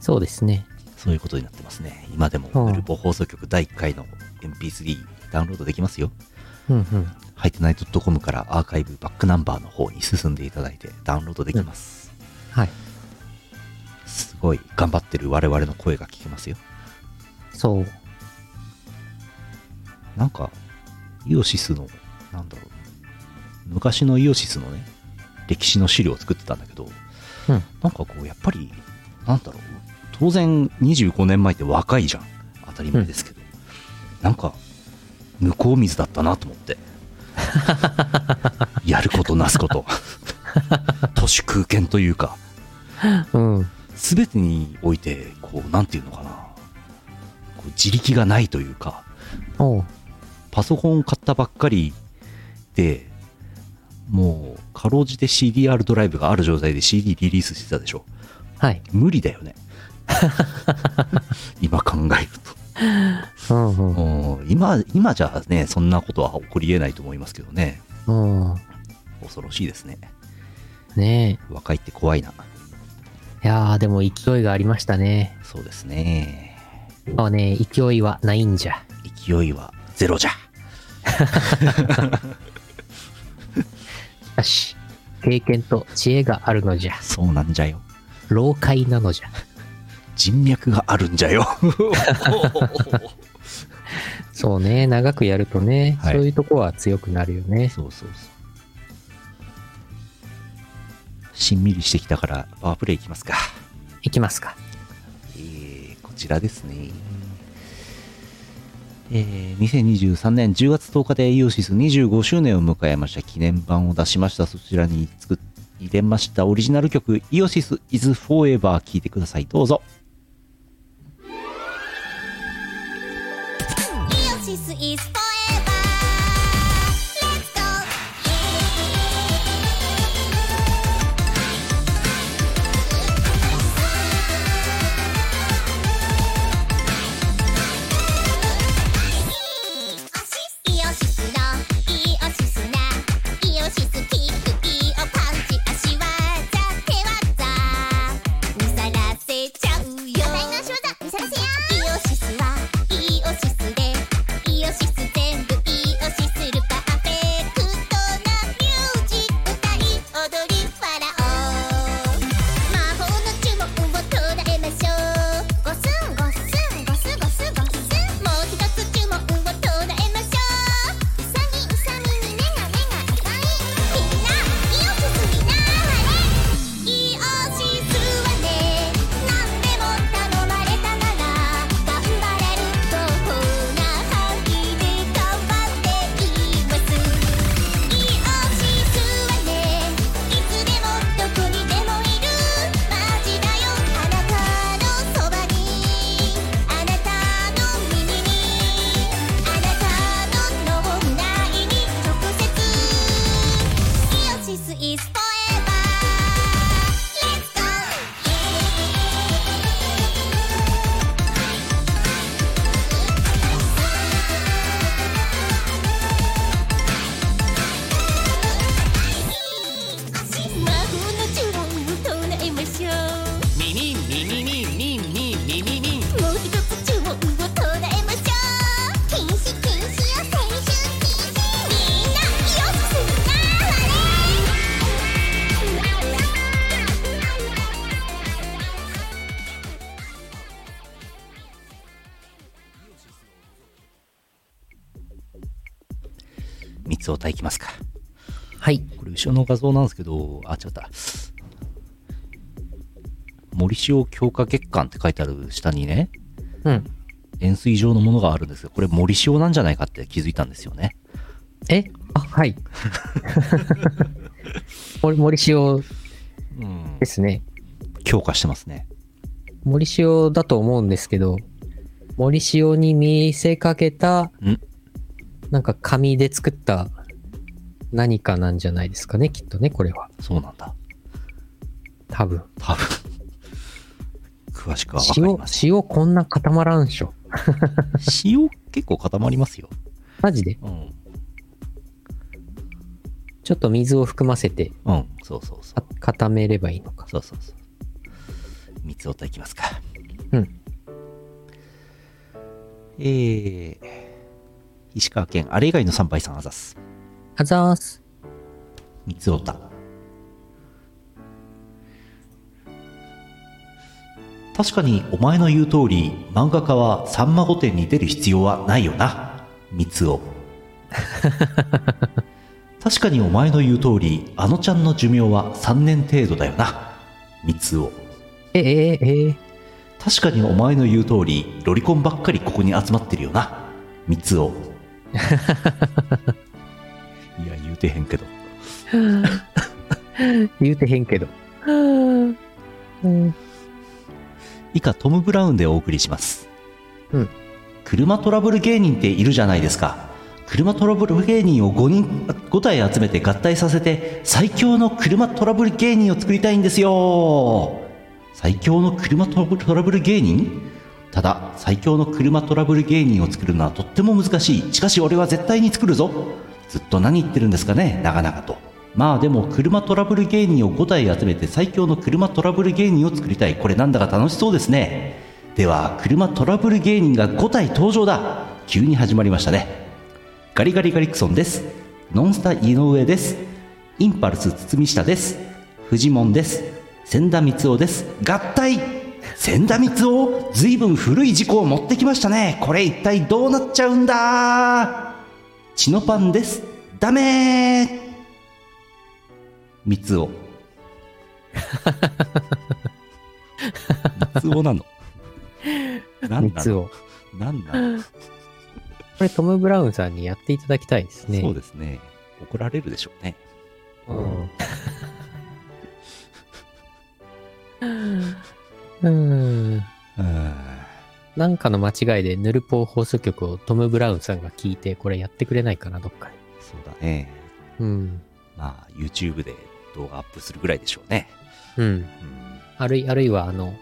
A: そうですね。
B: そういうことになってますね今で
A: うん
B: もヌルポ放送局第1回の MP3 ダウンロードできますよ
A: うんうん。
B: ハイテナイト .com からアーカイブバックナンバーの方に進んでいただいてダウンロードできます、
A: はい。
B: すごい頑張ってる我々の声が聞けますよ
A: そう。
B: なんか、イオシスの、なんだろう、昔のイオシスのね、歴史の資料を作ってたんだけど、
A: うん。
B: なんかこう、やっぱり、なんだろう、当然25年前って若いじゃん。当たり前ですけど。なんか、向こう水だったなと思って。やることなすこと。都市空間というか、
A: うん。
B: すべてにおいて、こう、なんていうのかな、こう自力がないというか、
A: おう。
B: パソコン買ったばっかりでもうかろうじて CDR ドライブがある状態で CD リリースしてたでしょ
A: はい。
B: 無理だよね 今考える
A: うん
B: とうん今今じゃねそんなことは起こりえないと思いますけどね
A: うん。うん。
B: 恐ろしいですね
A: ね
B: 若いって怖いな
A: え。いやー、でも勢いがありましたね。
B: そうですね
A: まあね、勢いはないんじゃ。
B: 勢いはゼロじゃ
A: しかし、経験と知恵があるのじゃ。
B: そうなんじゃよ
A: 老快なのじゃ。
B: 人脈があるんじゃよ
A: そうね、長くやるとね、
B: はい
A: そういうとこは強くなるよね。
B: そうそうそう。しんみりしてきたからパワープレイいきますか。
A: いきますか。
B: えーこちらですね。えー2023年10月10日でイオシス25周年を迎えました記念版を出しましたそちらに作っ入れましたオリジナル曲「イオシス is forever」聴いてくださいどうぞ
C: イオシスイスポエバーレッツゴーイオシスのイオシスなイオシスキックイオパンチ足技手技見さらせちゃうよ私の足技見さらせよイオシスはイオシスでイオシス全部イオシスるパーフェクトなミュージック歌い踊り笑おう魔法の呪文を捉えましょうゴスンゴスンゴスゴスゴスンもう一つ呪文を捉えましょううさぎうさぎに目が目が赤いみんなイオシスになれイオシスはね何でも頼まれたなら頑張れるとこな範囲で頑張っていますイオシスはねいつでもどこにでもいるマジだよあなたのそばにあなたの耳にあなたの脳内に直接イオシスイスポエバーレッツゴー魔法の呪文を唱えましょう
D: ミニミニミニミニミニミニ
C: もう一つ注文を唱えましょう禁止禁止を選手禁止みんなよくするなあれ
B: 三つおたいきますか
A: はい。
B: これ後ろの画像なんですけどあ違った森塩強化月間って書いてある下にね
A: うん。
B: 円錐状のものがあるんですがこれ森塩なんじゃないかって気づいたんですよね
A: えあ、 はい。森森塩
B: うん
A: ですね。
B: 強化してますね
A: 森塩だと思うんですけど、森塩に見せかけた
B: ん、
A: なんか紙で作った何かなんじゃないですかね、きっとね、これは。
B: そうなんだ。
A: 多分。
B: 多分。詳しくはわかり
A: 塩
B: ま、せん。
A: 塩こんな固まらんっしょ。
B: 塩結構固まりますよ。
A: マジで。
B: うん。
A: ちょっと水を含ませて
B: うん。そうそうそう
A: か。固めればいいのか。
B: そうそうそう。三つおたいきますか。
A: うん。
B: えー、石川県、あれ以外の3倍さんあざす。
A: あざーす。
B: 三つおた。確かにお前の言う通り、漫画家はさんま御殿に出る必要はないよな、三つお。確かにお前の言う通り、あのちゃんの寿命は3年程度だよな、三つお。
A: ええええええ
B: 確かにお前の言う通りロリコンばっかりここに集まってるよな三つをいや言うてへんけど
A: 言うてへんけど。うん
B: 以下トム・ブラウンでお送りします
A: うん
B: 車トラブル芸人っているじゃないですか車トラブル芸人を5人5体集めて合体させて最強の車トラブル芸人を作りたいんですよ最強の車トラブルトラブル芸人ただ最強の車トラブル芸人を作るのはとっても難しいしかし俺は絶対に作るぞずっと何言ってるんですかね長々とまあでも車トラブル芸人を5体集めて最強の車トラブル芸人を作りたいこれなんだか楽しそうですねでは車トラブル芸人が5体登場だ急に始まりましたねガリガリガリクソンです。ノンスタ井上です。インパルス堤下です。フジモンです。千田光雄です。合体千田光雄ずいぶん古い事故を持ってきましたね。これ一体どうなっちゃうんだチノパンです。ダメー光雄。光雄なのなんな
A: 蜜
B: の
A: を。
B: なんなの
A: これトム・ブラウンさんにやっていただきたいですね。
B: そうですね。怒られるでしょうね。
A: うん。うん。
B: うん
A: なんかの間違いでヌルポ放送局をトム・ブラウンさんが聞いて、これやってくれないかな、どっかで。
B: そうだね。
A: うん。
B: まあ、YouTube で動画アップするぐらいでしょうね。
A: うん。
B: うん、
A: あるい、あるいは、あの、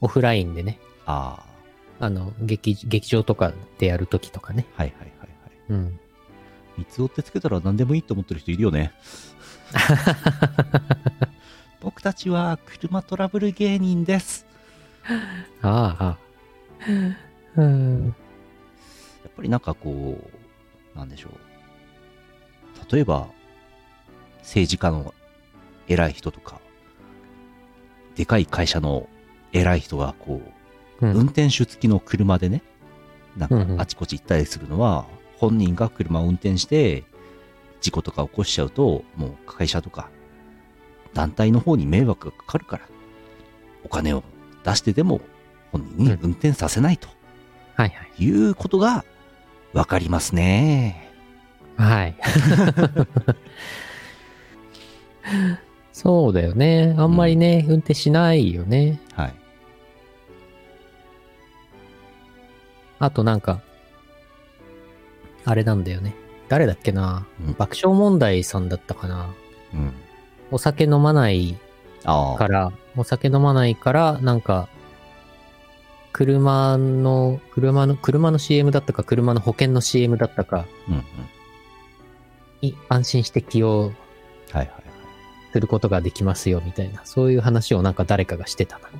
A: オフラインでね、
B: ああ、
A: あの、劇、劇場とかでやるときとかね。
B: はいはいはいはい。
A: うん。
B: 三つ折ってつけたら何でもいいと思ってる人いるよね。僕たちは車トラブル芸人です。
A: ああ、うん。
B: やっぱりなんかこう、なんでしょう。例えば、政治家の偉い人とか、でかい会社の偉い人がこう、
A: う
B: 運
A: ん。
B: 転手付きの車でね、な
A: うん
B: ん
A: うん
B: かあちこち行ったりするのは、本人が車を運転して、事故とか起こしちゃうと、もう会社とか、団体の方に迷惑がかかるから、お金を出してでも本人に運転させないと
A: はいはい。
B: いうことがわかりますね。
A: はい。そうだよね。あんまりね、運転しないよね。
B: はい。
A: あとなんか、あれなんだよね。誰だっけな。
B: うん。
A: 爆笑問題さんだったかな。
B: うん、
A: お酒飲まない
B: あ
A: か
B: あ、
A: ら、お酒飲まないから、なんか、車の、車の、車の CM だったか、車の保険の CM だったか
B: うんうん。
A: に安心して起用
B: はいはい。
A: することができますよ、みたいな。そういう話をなんか誰かがしてたな。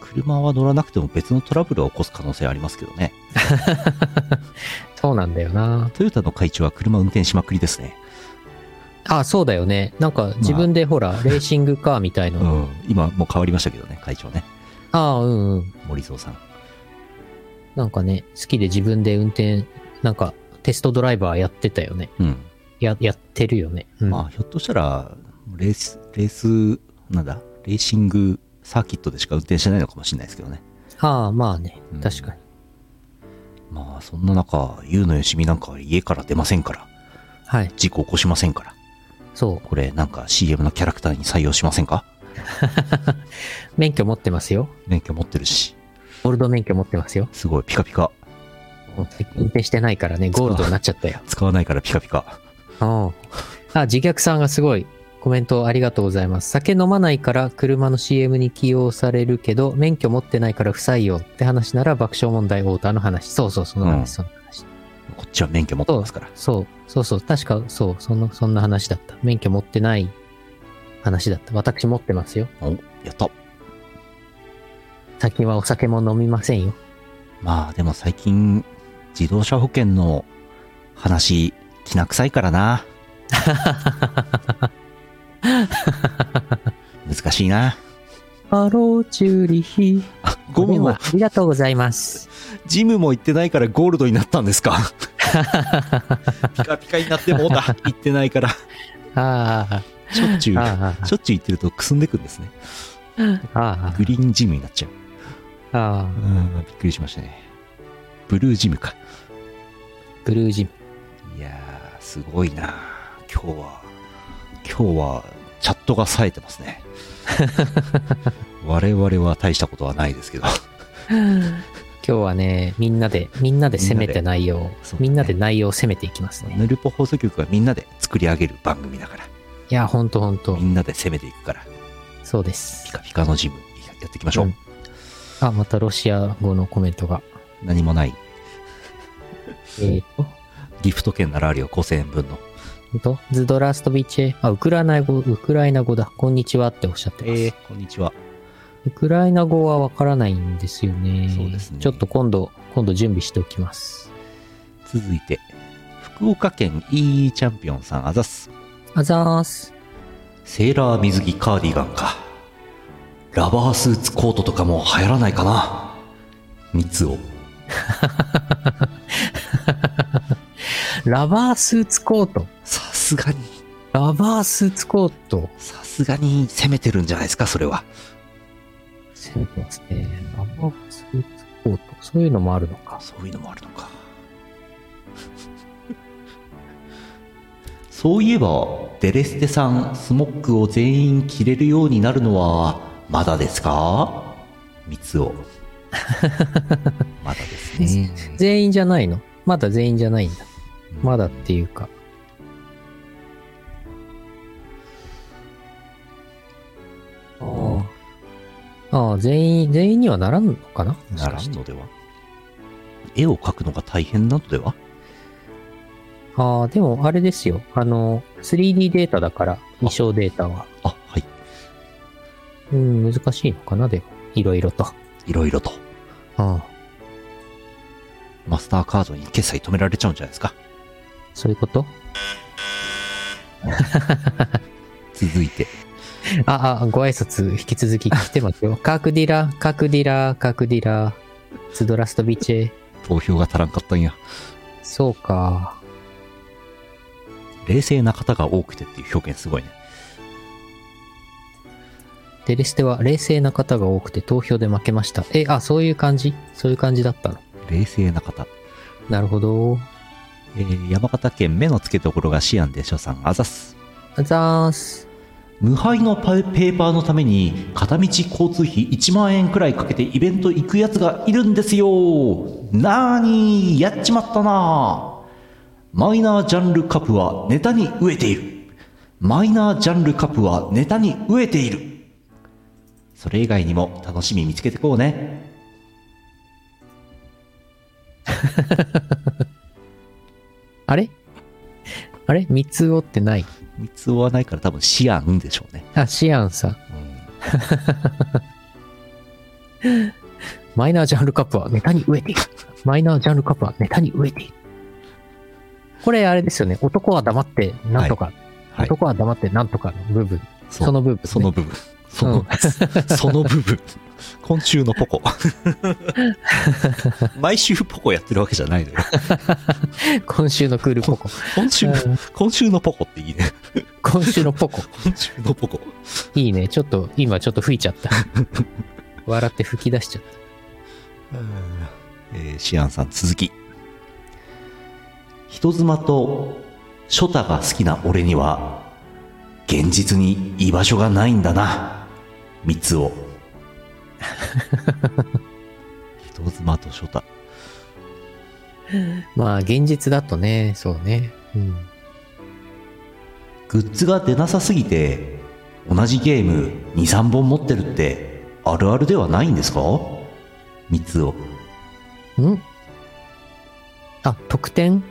B: 車は乗らなくても別のトラブルを起こす可能性ありますけどね。
A: そうなんだよな。
B: トヨタの会長は車運転しまくりですね。
A: あ、そうだよね。なんか自分で ほら、レーシングカーみたいの。
B: うん、今もう変わりましたけどね会長ね
A: あうんうん。
B: 森蔵さん
A: なんかね、好きで自分で運転、なんかテストドライバーやってたよね。
B: うん、
A: や、やってるよね。うん、
B: まあひょっとしたらレースレースなんだレーシングサーキットでしか運転してないのかもしれないですけどね
A: ああ、まあね
B: うん。
A: 確かに。
B: まあそんな中優のよしみなんかは家から出ませんから
A: はい。
B: 事故起こしませんから
A: そう。
B: これなんか CM のキャラクターに採用しませんか
A: 免許持ってますよ。
B: 免許持ってるし
A: ゴールド免許持ってますよ。
B: すごいピカピカ
A: 運転してないからね、ゴールドになっちゃったよ。
B: 使わないからピカピカ
A: うん。あ、自虐さんがすごい。コメントありがとうございます。酒飲まないから車の CM に起用されるけど、免許持ってないから不採用って話なら爆笑問題太田の話。そうそう、その話、
B: うん
A: その話。
B: こっちは免許持ってますから。
A: そう、そうそう、確かそう、その、そんな話だった。免許持ってない話だった。私持ってますよ。
B: お、やった。
A: 最近はお酒も飲みませんよ。
B: まあでも最近、自動車保険の話、きな臭いから な。難しいな。
A: ハローチューリヒ。
B: あ、
A: ご
B: ゴ
A: め
B: ム
A: ん
B: も
A: は、ありがとうございます。
B: ジムも行ってないからゴールドになったんです かピカピカになってもうた。行ってないから。
A: あ
B: しょっちゅう、
A: あ、あ
B: しょっちゅう行ってるとくすんでくんですね。
A: あ、あ
B: グリーンジムになっちゃう。
A: あ、ああ
B: う、ん、びっくりしましたね。ブルージムか。
A: ブルージム。
B: いやー、すごいな今日は、今日はチャットが冴えてますね。我々は大したことはないですけど。
A: 今日はね、みんなで、みんなで攻めて内容を
B: そう、
A: み
B: ね
A: んなで内容を攻めていきますね。
B: ヌルポ放送局はみんなで作り上げる番組だから、
A: いや、ほんとほんと
B: み、んなで攻めていくから、
A: そうで
B: ピ
A: す。
B: カピカのジムやっていきましょう。
A: うんあ、またロシア語のコメントが。
B: 何もない。
A: えっ、と、
B: ギフト券ならあるよ、5000円分の。
A: ほんとズドラストビチェ、あ、ウクライナ語、ウクライナ語だ。こんにちはっておっしゃってます。
B: こんにちは。
A: ウクライナ語はわからないんですよね。
B: そうですね
A: ちょっと今度、今度準備しておきます。
B: 続いて、福岡県 EE チャンピオンさん、あざっす。
A: あざーす。
B: セーラー水着カーディガンかラバースーツコートとかも流行らないかな三つを
A: ラバースーツコート。
B: さすがに
A: ラバースーツコート。
B: さすがに攻めてるんじゃないですかそれは
A: そうですね。ラバースーツコート。そういうのもあるのか。
B: そういうのもあるのか そういえばデレステさんスモックを全員着れるようになるのはまだですか三 つをまだですね
A: 全員じゃないのまだ全員じゃないんだ。 まだっていうか。ああ。ああ、全員、全員にはならんのかなもし
B: な
A: からし
B: ん
A: て
B: のでは絵を描くのが大変なのでは
A: ああ、でもあれですよ。あの、3D データだから、衣装データは。
B: あはい
A: うん、難しいのかな、でも。いろいろと。
B: いろいろと
A: ああ、
B: マスターカードに決済止められちゃうんじゃないですか
A: そういうこと
B: 続いて
A: あ、あ、ご挨拶引き続き来てますよ。カークディラ、カークディラ、カークディラ、ツドラストビチェ。
B: 投票が足らんかったんや
A: そうか。
B: 冷静な方が多くてっていう表現すごいね
A: デレステは冷静な方が多くて投票で負けました。え、あ、そういう感じそういう感じだったの。
B: 冷静な方、
A: なるほど。
B: えー山形県目の付けどころがシアンでしょさんあざっす
A: あざーす。
B: 無敗のパイペーパーのために片道交通費1万円くらいかけてイベント行くやつがいるんですよなーにやっちまったなマイナージャンルカップはネタに飢えているマイナージャンルカップはネタに飢えているそれ以外にも楽しみ見つけてこうね
A: あれあれ三つおってない。
B: 三つ追わないから多分シアンでしょうね、
A: あ、シアンさん。マイナージャンルカップはネタに飢えている。マイナージャンルカップはネタに飢えている。これあれですよね。男は黙ってなんとか。
B: はい
A: 男は黙ってなんとかの部分。
B: そう
A: その部分、
B: その。部分その,、 その部分今週のポ コ毎週ポコやってるわけじゃないのよ
A: 今週のクールポ コ。
B: 今週、
A: うん
B: 今週のポコっていいね。
A: 今週のポコ。
B: 今週のポコ。
A: いいね。ちょっと、今ちょっと吹いちゃった。笑って吹き出しちゃっ
B: えーシアンさん続き。人妻とショタが好きな俺には、現実に居場所がないんだな。三 つを。人妻とショタ。
A: た。まあ、現実だとね、そうね。うん。
B: グッズが出なさすぎて同じゲーム23本持ってるってあるあるではないんですか三つを
A: んあ、特典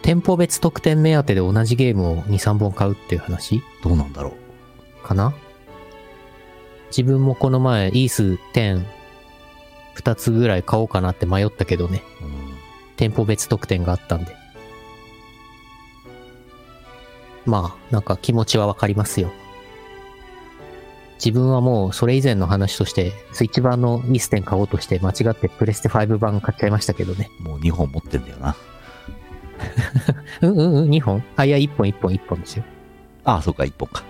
A: 店舗別特典目当てで同じゲームを2、3本買うっていう話
B: どうなんだろう
A: かな自分もこの前、イース10、2つぐらい買おうかなって迷ったけどね。
B: うん
A: 店舗別特典があったんで。まあ、なんか気持ちはわかりますよ。自分はもうそれ以前の話として、スイッチ版のイース10買おうとして間違ってプレステ5版買っちゃいましたけどね。
B: もう2本持ってんだよな
A: うんうんうん、2本あ、いや、1本1本1本ですよ。
B: ああそうか1本か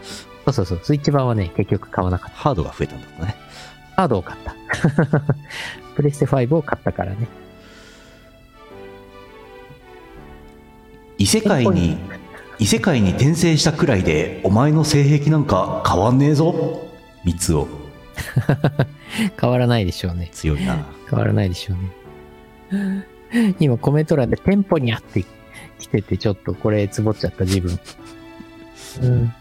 A: そうそうそう、スイッチ版はね、結局買わなかっ
B: ハードが増えたんだったね
A: た。カードを買った。 プレステ5を買ったからね。
B: 異世界に異世界に転生したくらいでお前の性癖なんか変わんねえぞ三つを
A: 変わらないでしょうね。
B: 強いな
A: 変わらないでしょうね。今コメント欄でテンポにゃって来てて、ちょっとこれつぼっちゃった自分。うん。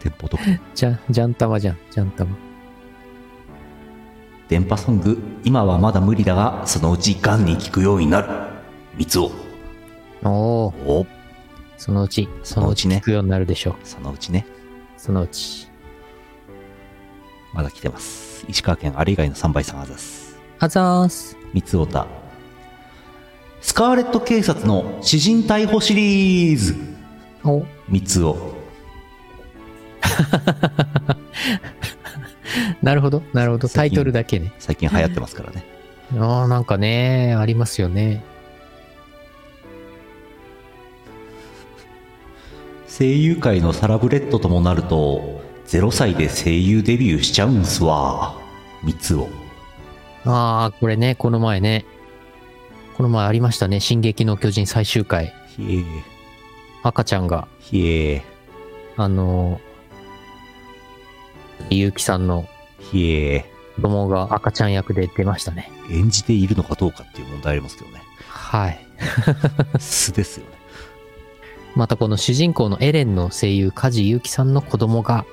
B: 店舗特典
A: じゃ、じゃんたまじゃん、じゃんたま。
B: 電波ソング今はまだ無理だがそのうちガンに効くようになる三つを
A: おお
B: お
A: そのうち、そ
B: の
A: の
B: う
A: う
B: ち
A: ち
B: ね
A: 聞くようになるでしょう。
B: そのうちね
A: そのうち。
B: まだ来てます石川県あれ以外の3倍さんあざす
A: あざーす。
B: 三つおたスカーレット警察の詩人逮捕シリーズ
A: お
B: 三つお
A: なるほど、なるほど。タイトルだけね。
B: 最近流行ってますからね
A: ああ、なんかね、ありますよね。
B: 声優界のサラブレッドともなると0歳で声優デビューしちゃうんすわ三つお
A: ああ、これね、この前ね。この前ありましたね。進撃の巨人最終回。
B: ひえ
A: 赤ちゃんが、
B: ひえ
A: あのー、結城さんの
B: ひえ
A: 子供が赤ちゃん役で出ましたね。
B: 演じているのかどうかっていう問題ありますけどね
A: はい。
B: 素ですよね
A: またこの主人公のエレンの声優、梶裕貴さんの子供が、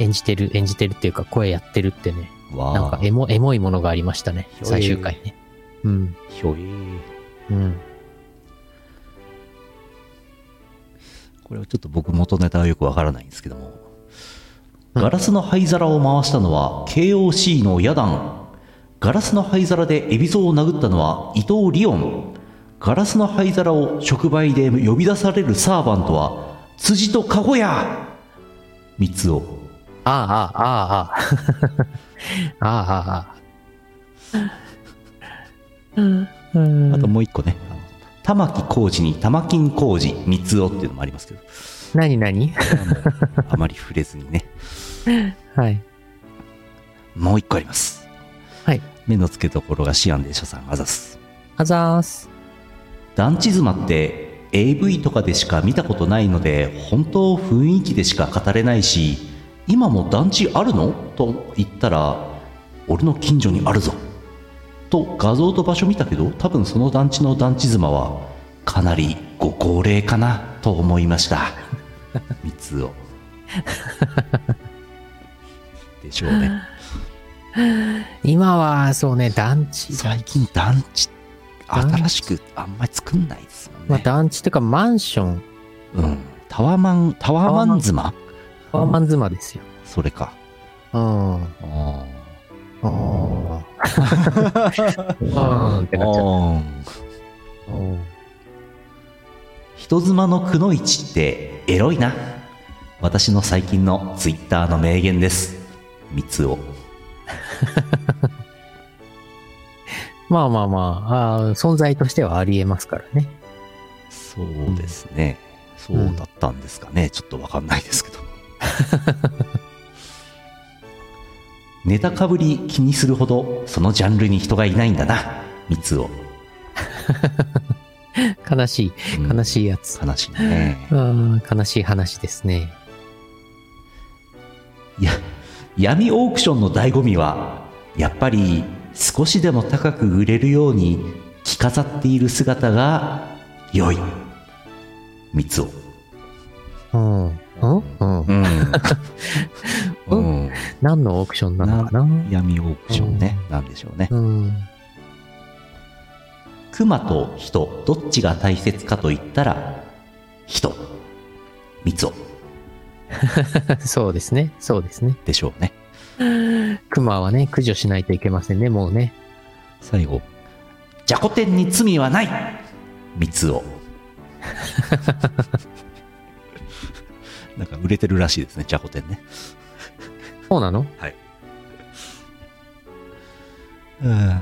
A: 演じてる、演じてるっていうか、声やってるってね。
B: わあ
A: なんかエモ、エモいものがありましたね。
B: ひょえ
A: 最終回ね。うん。
B: ひょえー
A: うん。
B: これはちょっと僕元ネタはよくわからないんですけどもガラスの灰皿を回したのは KOC のヤダンガラスの灰皿でエビゾを殴ったのは伊藤リオンガラスの灰皿を触媒で呼び出されるサーバントは辻とカゴや三つを
A: ああ、ああ、 ああ。ああ、ああ。うん。
B: あともう一個ねあの玉木浩二に玉金浩二三つをっていうのもありますけど
A: 何何
B: あまり触れずにね
A: はい。
B: もう一個あります
A: はい。
B: 目の付けどころがシアンで所さんあざす
A: あざーす。
B: 団地妻って AV とかでしか見たことないので本当雰囲気でしか語れないし今も団地あるのと言ったら俺の近所にあるぞと画像と場所見たけど多分その団地の団地妻はかなりご高齢かなと思いました 三つをでしょうね
A: 今は、そうね、団地。
B: 最近団地
A: 団地
B: 新しくあんまり作んないですもんね、
A: まあ、団地っていうか、マンション、
B: うん、タワマンタワーマン妻
A: パワーマン妻ですよ。
B: それか
A: うん。うん。
B: あ
A: うんってなっちゃう。うん
B: 人妻のくのいちってエロいな私の最近のツイッターの名言です三つを
A: まあまあまあ、あー存在としてはありえますからね。
B: そうですね、そうだったんですかねちょっとわかんないですけど ネタかぶり気にするほどそのジャンルに人がいないんだな三つを
A: 悲しい、悲しいやつ。
B: 悲しいね
A: うん、悲しい話ですね。
B: いや闇オークションの醍醐味はやっぱり少しでも高く売れるように着飾っている姿が良い三つを
A: うん。うんうん。
B: うん。 うん。
A: 何のオークションなのかな
B: 闇オークションね。なんでしょうね。
A: うん。
B: 熊と人、どっちが大切かと言ったら、人。三つ
A: そうですね。そうですね。
B: でしょうね。
A: 熊はね、駆除しないといけませんね、もうね。
B: 最後。じゃこ天に罪はない三つ を。なんか売れてるらしいですね、じゃこ天ね。
A: そうなの
B: うん。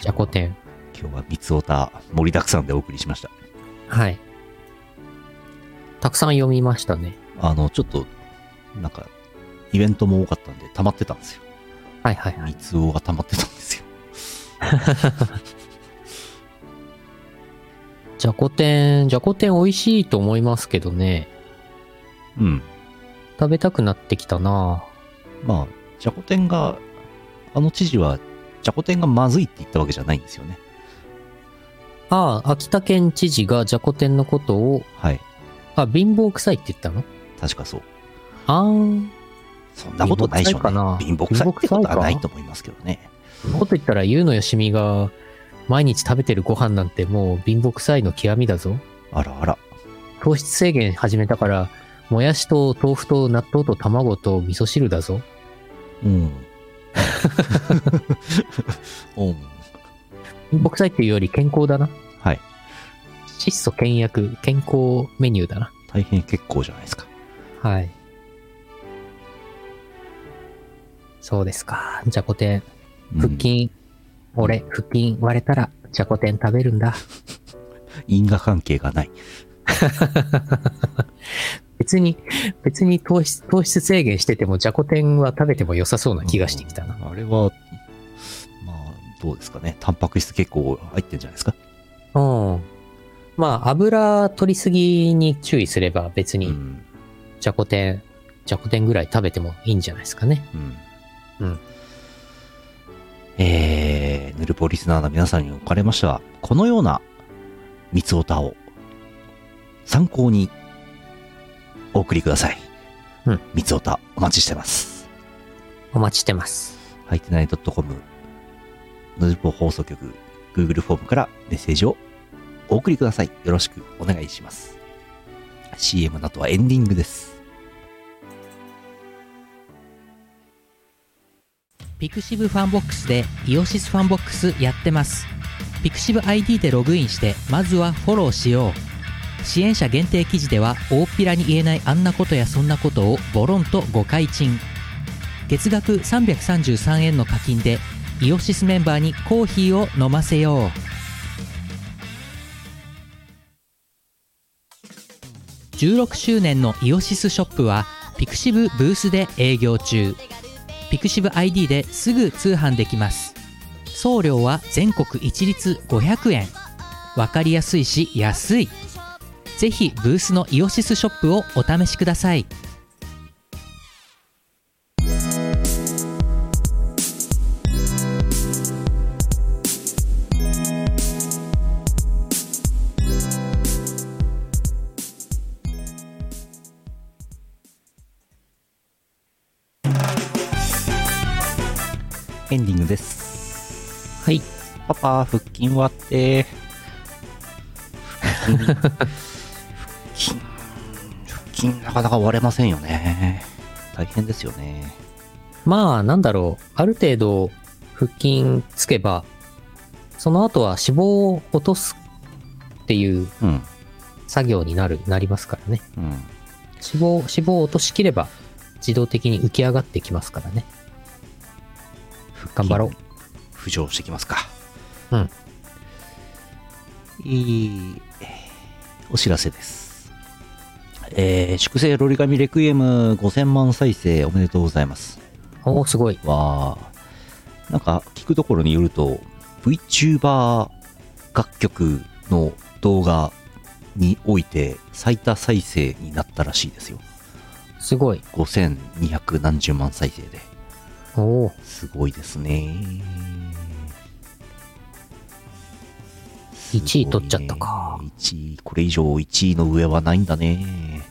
A: じゃこ天。
B: 今日は三つおた盛りだくさんでお送りしました。
A: はい。たくさん読みましたね。
B: あの、ちょっと、なんか、イベントも多かったんで、溜まってたんですよ。
A: はいはいはい。
B: 三つおが溜まってたんですよ。
A: じゃこ天、じゃこ天美味しいと思いますけどね。
B: うん。
A: 食べたくなってきたな
B: まあ、じゃこ天が、あの知事は、じゃこ天がまずいって言ったわけじゃないんですよね。
A: ああ、秋田県知事がじゃこ天のことを、
B: はい。
A: あ、貧乏臭いって言ったの
B: 確かそう。
A: あーん。
B: そんなことないでしょう、ね。貧
A: 貧
B: 乏
A: 乏
B: く
A: く
B: さ
A: さ
B: い
A: いか
B: ってことはないと思いますけどね。
A: そんなこと言ったら、ゆうのよしみが、毎日食べてるご飯なんてもう貧乏臭いの極みだぞ。
B: あらあら。
A: 糖質制限始めたから、もやしと豆腐と納豆と卵と味噌汁だぞ。
B: うん。うん。
A: 貧乏臭いっていうより健康だな。
B: はい。
A: 質素倹約、健康メニューだな。
B: 大変結構じゃないですか。
A: はい。そうですか。じゃこ天。
B: うん
A: 腹筋。俺、腹筋割れたら、じゃこ天食べるんだ。
B: 因果関係がない。
A: 別に、別に糖質、糖質制限してても、じゃこ天は食べても良さそうな気がしてきたな。
B: うんあれは、まあ、どうですかね。タンパク質結構入ってんじゃないですか。
A: うん。まあ、油取りすぎに注意すれば別
B: う
A: に、
B: ん。
A: じゃこ天、じゃこ天ぐらい食べてもいいんじゃないですかね。
B: うん。
A: うん。
B: えー、ヌルポリスナーの皆さんにおかれましては、このような三つおたを参考にお送りください。
A: うん。
B: 三つおたお待ちしてます。
A: お待ちしてます。
B: はいてない .com、ヌルポ放送局、Google フォームからメッセージをお送りください。よろしくお願いします。CM の後はエンディングです。
E: ピクシブファンボックスでイオシスファンボックスやってます。ピクシブ ID でログインして、まずはフォローしよう。支援者限定記事では、大っぴらに言えないあんなことやそんなことをボロンと誤解賃。月額333円の課金で、イオシスメンバーにコーヒーを飲ませよう。16周年のイオシスショップは、ピクシブブースで営業中。ピクシブ ID ですぐ通販できます送料は全国一律500円わかりやすいし安いぜひブースのイオシスショップをお試しください
B: エンディングです。
A: はい。
B: パパ、腹筋割って。腹筋、腹筋、腹筋なかなか割れませんよね。大変ですよね。
A: まあ、なんだろう。ある程度、腹筋つけば、その後は脂肪を落とすっていう
B: うん、
A: 作業になる、なりますからね。
B: うん。
A: 脂肪、脂肪を落としきれば、自動的に浮き上がってきますからね。頑張ろう。
B: 浮上してきますか。
A: うん。
B: いい、お知らせです。えー、粛清ロリガミレクイエム5000万再生おめでとうございます。
A: おお、すごい。
B: は、なんか聞くところによると、VTuber 楽曲の動画において最多再生になったらしいですよ。
A: すごい。
B: 5200何十万再生で。
A: おお。
B: すごいですね。
A: 1位取っちゃったか
B: すごいね1位、これ以上1位の上はないんだね。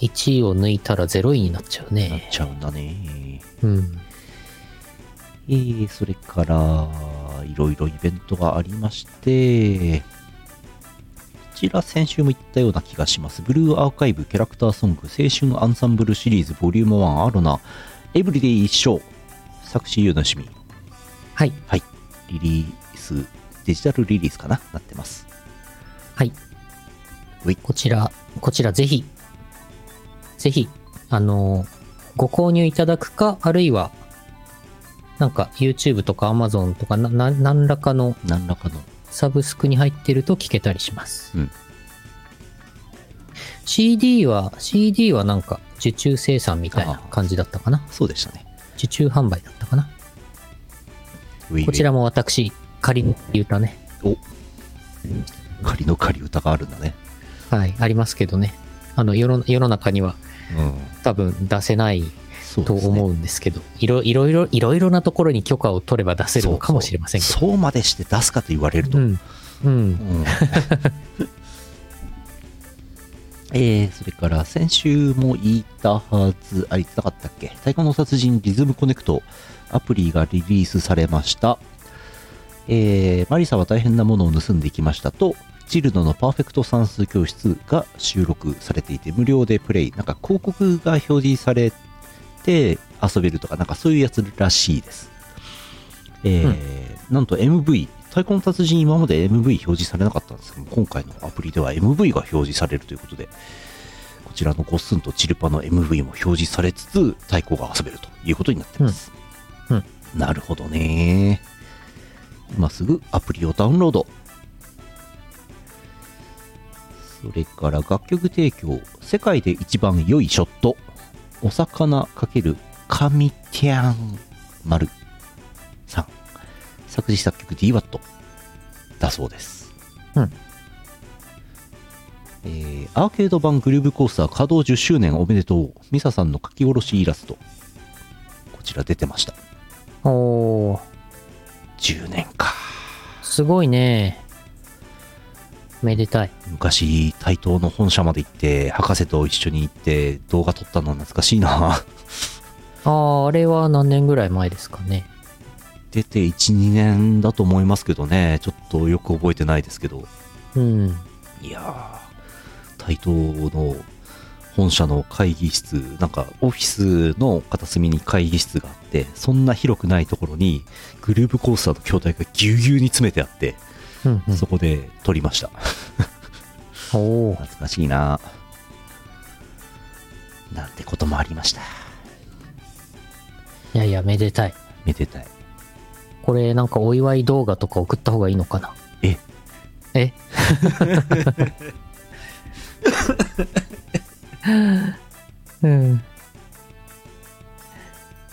A: 1位を抜いたら0位になっちゃう
B: なっ
A: ね。
B: ちゃうんだね。
A: うん。
B: えー、それから、いろいろイベントがありまして、こちら先週も言ったような気がします。ブルーアーカイブキャラクターソング青春アンサンブルシリーズボリューム1アロナエブリデイ一生作詞ユーの趣味
A: はい。
B: はい。リリース、デジタルリリースかななってます。
A: はい。
B: うい
A: こちら、こちらぜひ、ぜひ、あの、ご購入いただくか、あるいは、なんか YouTube とか Amazon とかな、な、何らかの
B: 何らかの。
A: サブスクに入ってると聞けたりします。
B: うん
A: CD は、CD はなんか受注生産みたいな感じだったかな。
B: そうでしたね。
A: 受注販売だったかな。
B: ういうい
A: こちら。も私、仮に歌ね。
B: お仮の仮歌があるんだね。
A: はい、ありますけどね。あの、世の世の中には
B: うん。
A: 多分出せない
B: そう
A: と
B: ですね
A: 思うんですけど、いろいろいろ、いろいろなところに許可を取れば出せるのかもしれませんけど。
B: そうそうそうまでして出すかと言われると、
A: うん。うん。
B: うん えー、それから先週も言いたはずありつなかったっけ「太鼓の殺人リズムコネクト」アプリがリリースされましたえーマリサは大変なものを盗んでいきましたとチルノのパーフェクト算数教室が収録されていて無料でプレイなんか広告が表示されて遊べるとかなんかそういうやつらしいですえーなんと MV 太鼓の達人今まで MV 表示されなかったんですけど今回のアプリでは MV が表示されるということでこちらのゴッスンとチルパの MV も表示されつつ太鼓が遊べるということになってます、
A: うんうん
B: なるほどね今すぐアプリをダウンロードそれから楽曲提供世界で一番良いショットお魚×神ティアン丸さん作詞作曲 DWAT だそうです
A: うん
B: えーアーケード版グルーブコースター稼働10周年おめでとうミサさんの書き下ろしイラストこちら出てました
A: おー、
B: 10年か
A: すごいね。めでたい。
B: 昔台東の本社まで行って博士と一緒に行って動画撮ったの懐かしいな
A: ああ、あれは何年ぐらい前ですかね。
B: 出て12年だと思いますけどねちょっとよく覚えてないですけど
A: うん。
B: いやー、台東の本社の会議室、なんかオフィスの片隅に会議室があって、そんな広くないところにグループコースターと筐体がぎゅうぎゅうに詰めてあって、
A: うん、うん
B: そこで撮りました。
A: おー
B: 懐かしいななんてこともありました。
A: いやいや、めでたい。
B: めでたい。
A: これ、なんかお祝い動画とか送った方がいいのかなえ
B: え
A: うん。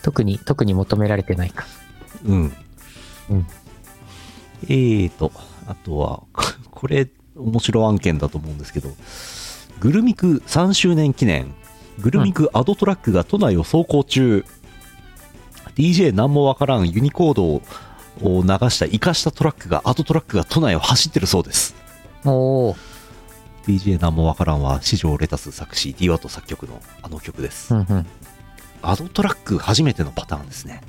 A: 特に、特に求められてないか。
B: うん。
A: うん
B: えーと、あとは、 ここれ、面白案件だと思うんですけど、グルミク3周年記念、グルミクアドトラックが都内を走行中、DJ なんもわからんユニコードを流した、生かしたトラックが、アドトラックが都内を走ってるそうです。
A: おー
B: DJ なんもわからんは、史上レタス作詞、DWAT 作曲のあの曲です。
A: うんうん。
B: アドトラック初めてのパターンですね。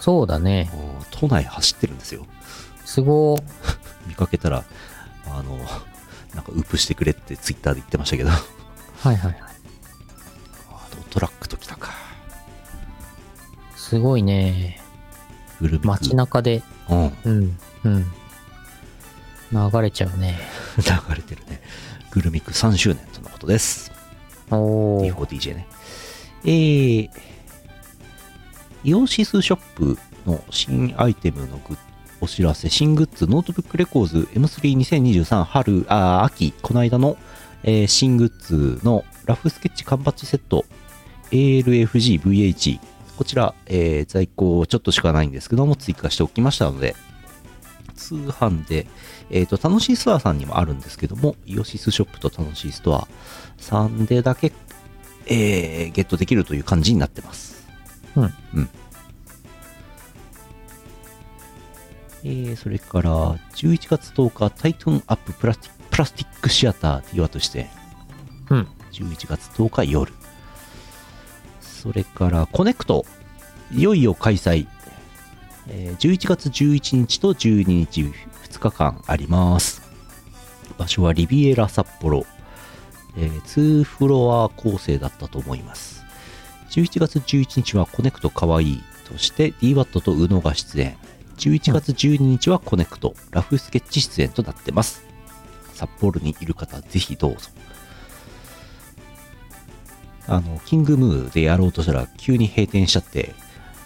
A: そうだね。
B: おー都内走ってるんですよ。
A: すごー
B: 見かけたら、あの、なんかウープしてくれってツイッターで言ってましたけど、
A: はいはいはい。
B: あドトラックときたか。
A: すごいね。
B: グルビク
A: 街中で、
B: うん、
A: うん、うん。流れちゃうね。
B: 流れてるね。グルミク3周年とのことです。
A: おー
B: D4DJ ね。えー、イオシスショップの新アイテムのグッお知らせ、新グッズ、ノートブックレコーズ M32023 春、あー、秋、この間の、えー新グッズのラフスケッチ缶バッチセット、ALFGVH、こちら、えー在庫ちょっとしかないんですけども、追加しておきましたので、通販で、えっ、と、楽しいストアさんにもあるんですけども、イオシスショップと楽しいストアさんでだけえーゲットできるという感じになってます。
A: うん
B: うん。えーそれから、11月10日、タイトンアッププラスティプラスティックシアター DWA として、
A: うん
B: 11月10日夜。それから、コネクト、いよいよ開催。えー11月11日と12日、2日間あります。場所はリビエラ札幌。えー、2フロア構成だったと思います。11月11日はコネクトかわいいとして DWAT と宇野が出演。11月12日はコネクト、ラフスケッチ出演となってます。札幌にいる方、ぜひどうぞ。あの、キングムーでやろうとしたら、急に閉店しちゃって、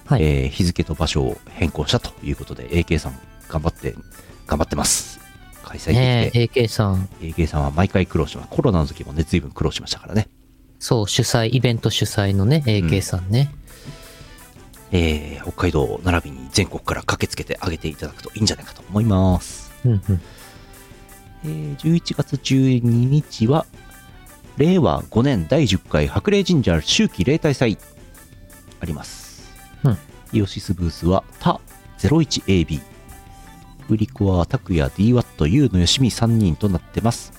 A: はい
B: えー日付と場所を変更したということで、AK さん、頑張って、頑張ってます。開催できて、
A: ねえ、AK さん、
B: AK さんは毎回苦労します。コロナの時もね、随分苦労しましたからね。
A: そう、主催、イベント主催のね、AK さんね。
B: えー、北海道並びに全国から駆けつけてあげていただくといいんじゃないかと思います。
A: うん、うん。
B: えー、11月12日は、令和5年第10回白麗神社秋季例大祭あります。
A: うん
B: イオシスブースは、他 01AB。売り子は拓也 DWAT、U のよしみ3人となってます。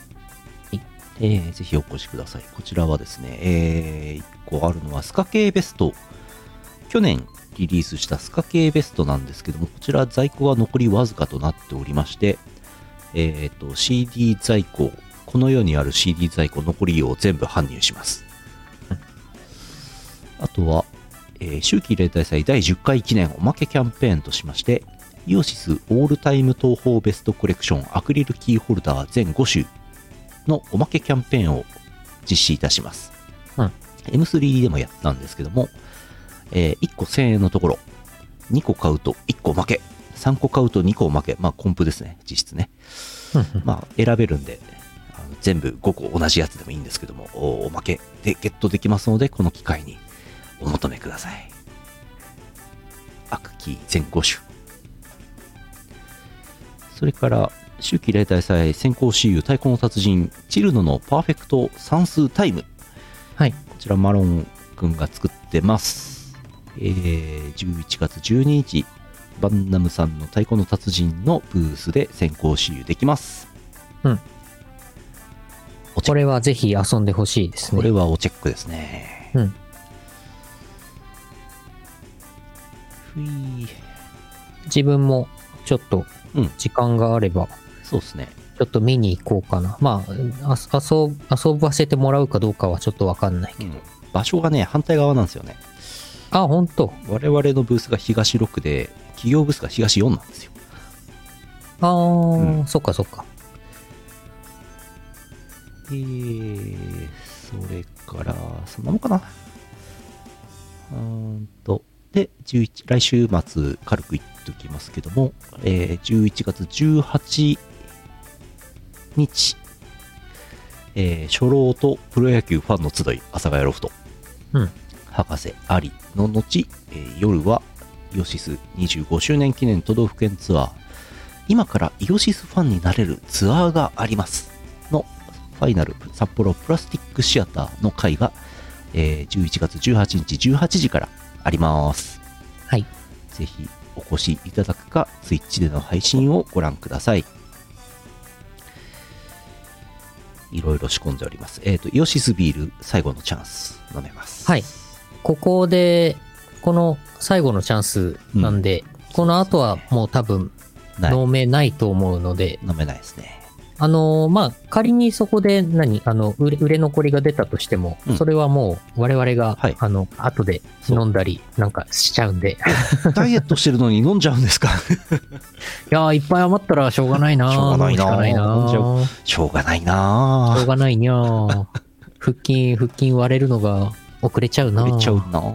B: えーぜひお越しください。こちらはですね、え1個あるのはスカ系ベスト。去年リリースしたスカ系ベストなんですけども、こちら在庫が残りわずかとなっておりまして、えっ、と、CD 在庫、この世にある CD 在庫残りを全部搬入します。 あとは、えー、秋季例大祭第10回記念おまけキャンペーンとしまして、イオシスオールタイム東宝ベストコレクションアクリルキーホルダー全5種のおまけキャンペーンを実施いたします。
A: うん、
B: M3 でもやったんですけども、え1個1000円のところ、2個買うと1個負け、3個買うと2個負け、まあコンプですね、実質ね。まあ、選べるんで、あの全部5個同じやつでもいいんですけども、おおまけでゲットできますので、この機会にお求めください。アクキー全5種。それから、秋季例大祭先行 CU 太鼓の達人、チルノのパーフェクト算数タイム。
A: はい。
B: こちらマロンくんが作ってます。えー、11月12日、バンナムさんの太鼓の達人のブースで先行試遊できます。
A: これはぜひ遊んでほしいですね。
B: これはおチェックですね。
A: うん
B: ふい。
A: 自分もちょっと
B: うん
A: 時間があれば、
B: そうですね。
A: ちょっと見に行こうかな。まあ、あ遊遊ばせてもらうかどうかはちょっとわかんない。
B: うん場所がね、反対側なんですよね。
A: あ、本当。
B: 我々のブースが東6で、企業ブースが東4なんですよ。
A: ああ、
B: うん
A: そっかそっか。
B: えー、それから、そんなもんかな。うーんと、で、11来週末、軽く言っときますけども、えー11月18日、えー初老とプロ野球ファンの集い、阿佐ヶ谷ロフト、
A: うん
B: 博士ありの後、えー夜は、イオシス25周年記念都道府県ツアー、今からイオシスファンになれるツアーがあります。のファイナル札幌プラスティックシアターの会が、えー11月18日18時からあります。
A: はい。
B: ぜひお越しいただくか、ツイッチでの配信をご覧ください。いろいろ仕込んでおります。えっ、と、イオシスビール最後のチャンス飲めます。
A: はい。ここで、この最後のチャンスなんで、この後はもう多分、
B: ない
A: 飲めないと思うので、
B: 飲めないですね。
A: あのーまあ、仮にそこで何、あの、売れ売れ残りが出たとしても、
B: うん
A: それはもう我々が、
B: はい
A: あの、後で飲んだりなんかしちゃうんで、
B: ダイエットしてるのに飲んじゃうんですか
A: いやーいっぱい余ったらしょうがないなー
B: しょうがないなー
A: 飲むしかないな
B: 飲んじゃ
A: ー
B: しょうがないな
A: しょ
B: ぁ
A: う。がないにゃー腹筋、腹筋割れるのが遅れちゃうな
B: 売
A: ー
B: れちゃうなぁ。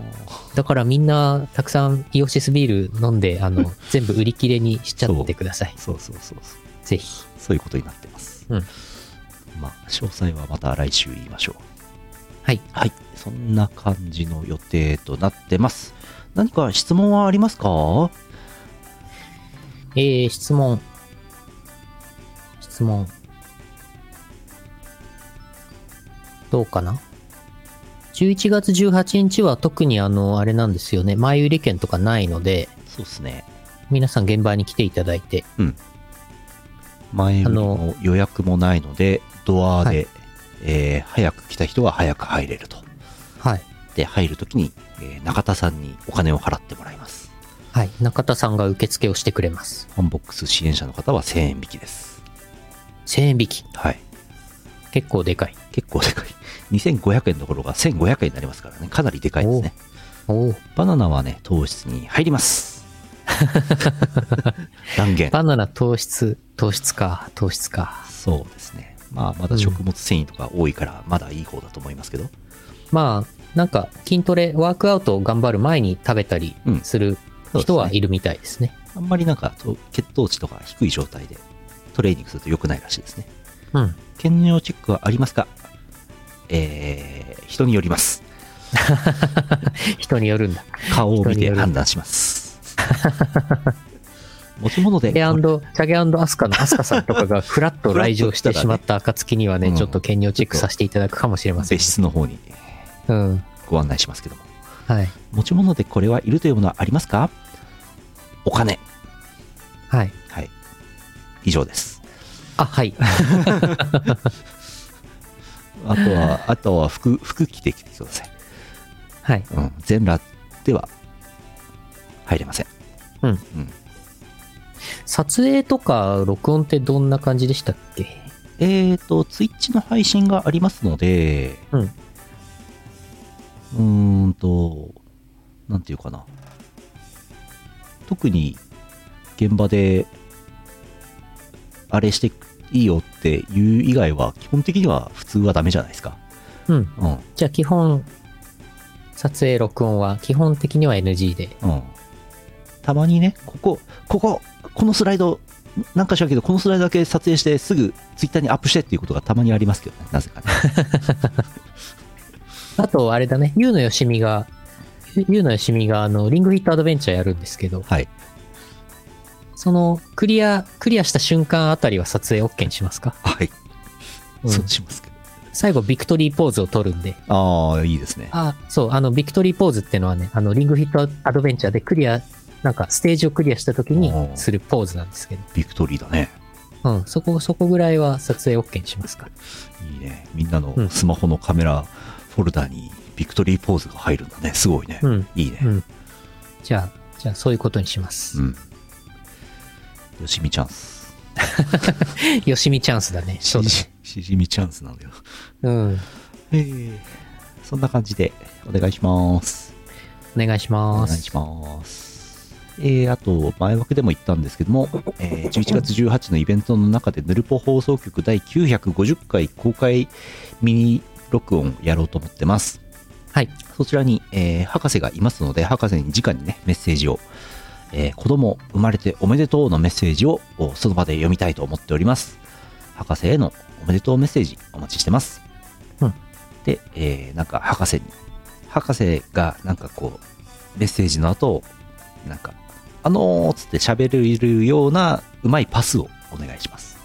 A: だからみんなたくさんイオシスビール飲んで、あの、全部売り切れにしちゃってください。
B: そうそうそうそう。
A: ぜひ。
B: そういうことになってます。
A: うん
B: まあ、詳細はまた来週言いましょう。
A: はい。
B: はい。そんな感じの予定となってます。何か質問はありますかは
A: えー、質問。質問。どうかな ?11 月18日は特にあの、あれなんですよね。前売り券とかないので、
B: そうですね。
A: 皆さん現場に来ていただいて、
B: 前売り
A: あ
B: も
A: の
B: 予約もないので、ドアでえー早く来た人は早く入れると。
A: はい。
B: で、入るときに、えー中田さんにお金を払ってもらいます。
A: はい。中田さんが受付をしてくれます。
B: ファンボックス支援者の方は1000円引きです。
A: 1000円引き。
B: はい。
A: 結構でかい。
B: 結構でかい。2500円のところが1500円になりますからね。かなりでかいですね。
A: おお。
B: バナナはね、糖質に入り ます。断言。
A: バナナ糖質、糖質か、糖質か。
B: そうですね。まあ、まだ食物繊維とか多いから、まだいい方だと思いますけど。
A: まあ、なんか筋トレ、ワークアウトを頑張る前に食べたり
B: うん
A: する人はいるみたいですね。
B: あんまりなんか、と血糖値とか低い状態でトレーニングすると良くないらしいですね。
A: うん。
B: 健尿チェックはありますかえー、人によります。
A: 人によるんだ。
B: 顔を見
A: 人に
B: て
A: よる
B: 判断します。 持ち物で
A: チ、ャゲチャゲアスカのアスカさんとかがフラッと来場してしまった暁にはね、
B: うん
A: ちょっと兼業チェックさせていただくかもしれません
B: 別。室の方に
A: うん。
B: ご案内しますけども。
A: はい。
B: 持ち物でこれはいるというものはありますかお金。
A: はい。
B: はい。以上です。
A: あ、はい。
B: あと は、あとは服、服着てきてください。
A: はい。
B: うん。全裸では入れません。
A: 撮影とか録音ってどんな感じでしたっけ
B: えーと、ツイッチの配信がありますので、
A: うん
B: うーんと、なんていうかな。特に、現場で、あれしていいよっていう以外は、基本的には普通はダメじゃないですか。
A: うん。
B: うん、
A: じゃあ基本、撮影、録音は基本的には NG で。
B: うん。たまにね、ここ、ここ、このスライド、なんか知らんけど、このスライドだけ撮影して、すぐツイッターにアップしてっていうことがたまにありますけどね、なぜかね。
A: あと、あれだね、ゆうのよしみが、ゆうのよしみが、あの、リングフィットアドベンチャーやるんですけど、
B: はい。
A: その、クリア、クリアした瞬間あたりは撮影 OK にしますか
B: はい。
A: うん
B: そうしますけど。
A: 最後、ビクトリーポーズを取るんで。
B: ああ、いいですね。
A: あ、そう、あの、ビクトリーポーズってのはね、あの、リングフィットアドベンチャーでクリア、なんか、ステージをクリアした時に
B: おー
A: するポーズなんですけど、
B: ビクトリーだね。
A: うん、そこ、そこぐらいは撮影 OK にしますか。
B: いいね。みんな
A: う
B: の
A: ん
B: スマホのカメラフォルダにビクトリーポーズが入るんだね。すごいね。
A: うん、
B: いいね
A: う。ん。じゃあ、じゃあ、そういうことにします。
B: うん。よしみチャンス。
A: よしみチャンスだね。そうだ ね。
B: しじみチャンスなんだよ。
A: うん。
B: えーそんな感じでお願いします。
A: お願いし
B: お願
A: ま
B: い
A: す。
B: します。えーあと、前枠でも言ったんですけども、えー11月18のイベントの中で、ヌルポ放送局第950回公開ミニ録音をやろうと思ってます。
A: はい。
B: そちらに、えー博士がいますので、博士に直にね、メッセージを、えー子供生まれておめでとうのメッセージをおその場で読みたいと思っております。博士へのおめでとうメッセージお待ちしてます。
A: うん
B: で、えーなんか博士に、博士がなんかこう、メッセージの後、なんか、あのーつって喋れるようなうまいパスをお願いします。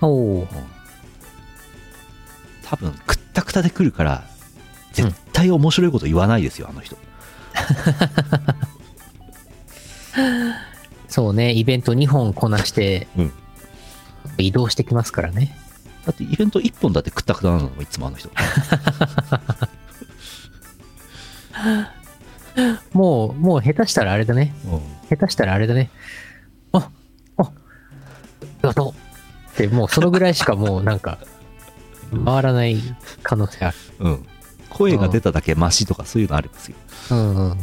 A: おー
B: うん多分くったくたで来るから絶対面白いこと言わないですよ、あの人
A: そうね、イベント2本こなして、
B: うん
A: 移動してきますからね。
B: だってイベント1本だってくったくたなのもいつもあの人
A: もう、もう下手したらあれだね。
B: うん
A: 下手したらあれだね。あ、あ、ありがとう。って、もうそのぐらいしかもうなん か、回らない可能性ある。
B: うん声が出ただけマシとかそういうのありますよ
A: うんうん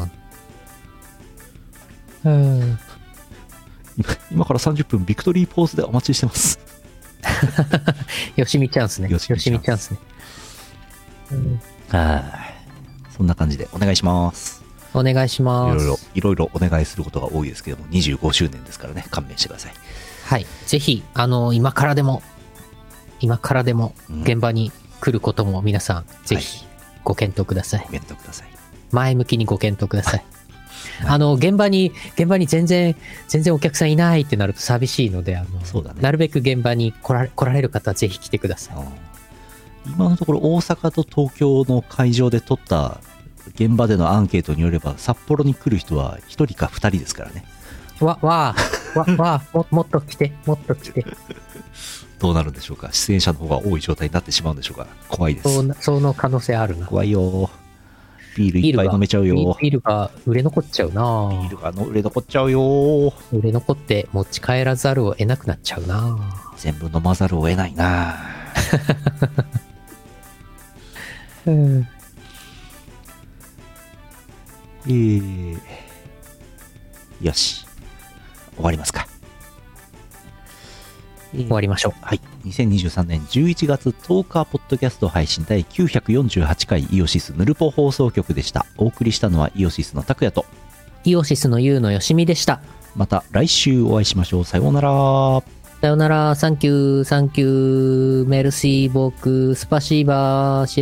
A: うん。うん。
B: 今今から30分ビクトリーポーズでお待ちしてます
A: よしみチャンスね。
B: よ
A: よ
B: し
A: し
B: み
A: み
B: チ
A: チ
B: ャンス
A: ャンスね。うん
B: はいそんな感じでお願いします
A: お願いし
B: い
A: ま
B: ろい
A: す
B: ろ。いろいろお願いすることが多いですけども25周年ですからね勘弁してください
A: はい。ぜひ、あの、今からでも、今からでも
B: うん、
A: 現場に来ることも皆さん、ぜひ、ご検討ください
B: ご。検討ください
A: 前向きにご検討ください。
B: はい
A: あの、現場に、現場に全然、全然お客さんいないってなると寂しいので、あの、
B: そうだね
A: なるべく現場に来られ来られる方はぜひ来てください。
B: うん今のところ大阪と東京の会場で取った現場でのアンケートによれば札幌に来る人は1人か2人ですからね
A: わ、わあ、わ、わあ、ももっと来て、もっと来て。
B: どうなるんでしょうか出演者の方が多い状態になってしまうんでしょうか怖いです
A: そうなその可能性あるな。
B: 怖いよビールいっぱい飲めちゃうよ
A: ビールが売れ残っちゃう
B: ビー
A: な
B: ルがの売れ残っちゃうよ
A: 売れ残って持ち帰らざるを得なくなっちゃうな
B: 全部飲まざるを得ないな
A: うん。
B: えー、よし終わりますか
A: 終わりましょ
B: はい2023年11月10日ポッドキャスト配信第948回イオシスヌルポ放送局でしたお送りしたのはイオシスの拓也と
A: う。イオシスのユウのよしみでした。
B: また来週お会いしましょうさようなら
A: さよなら、サンキュー、サンキュー、メルシー、ボーク、スパシーバー、シェ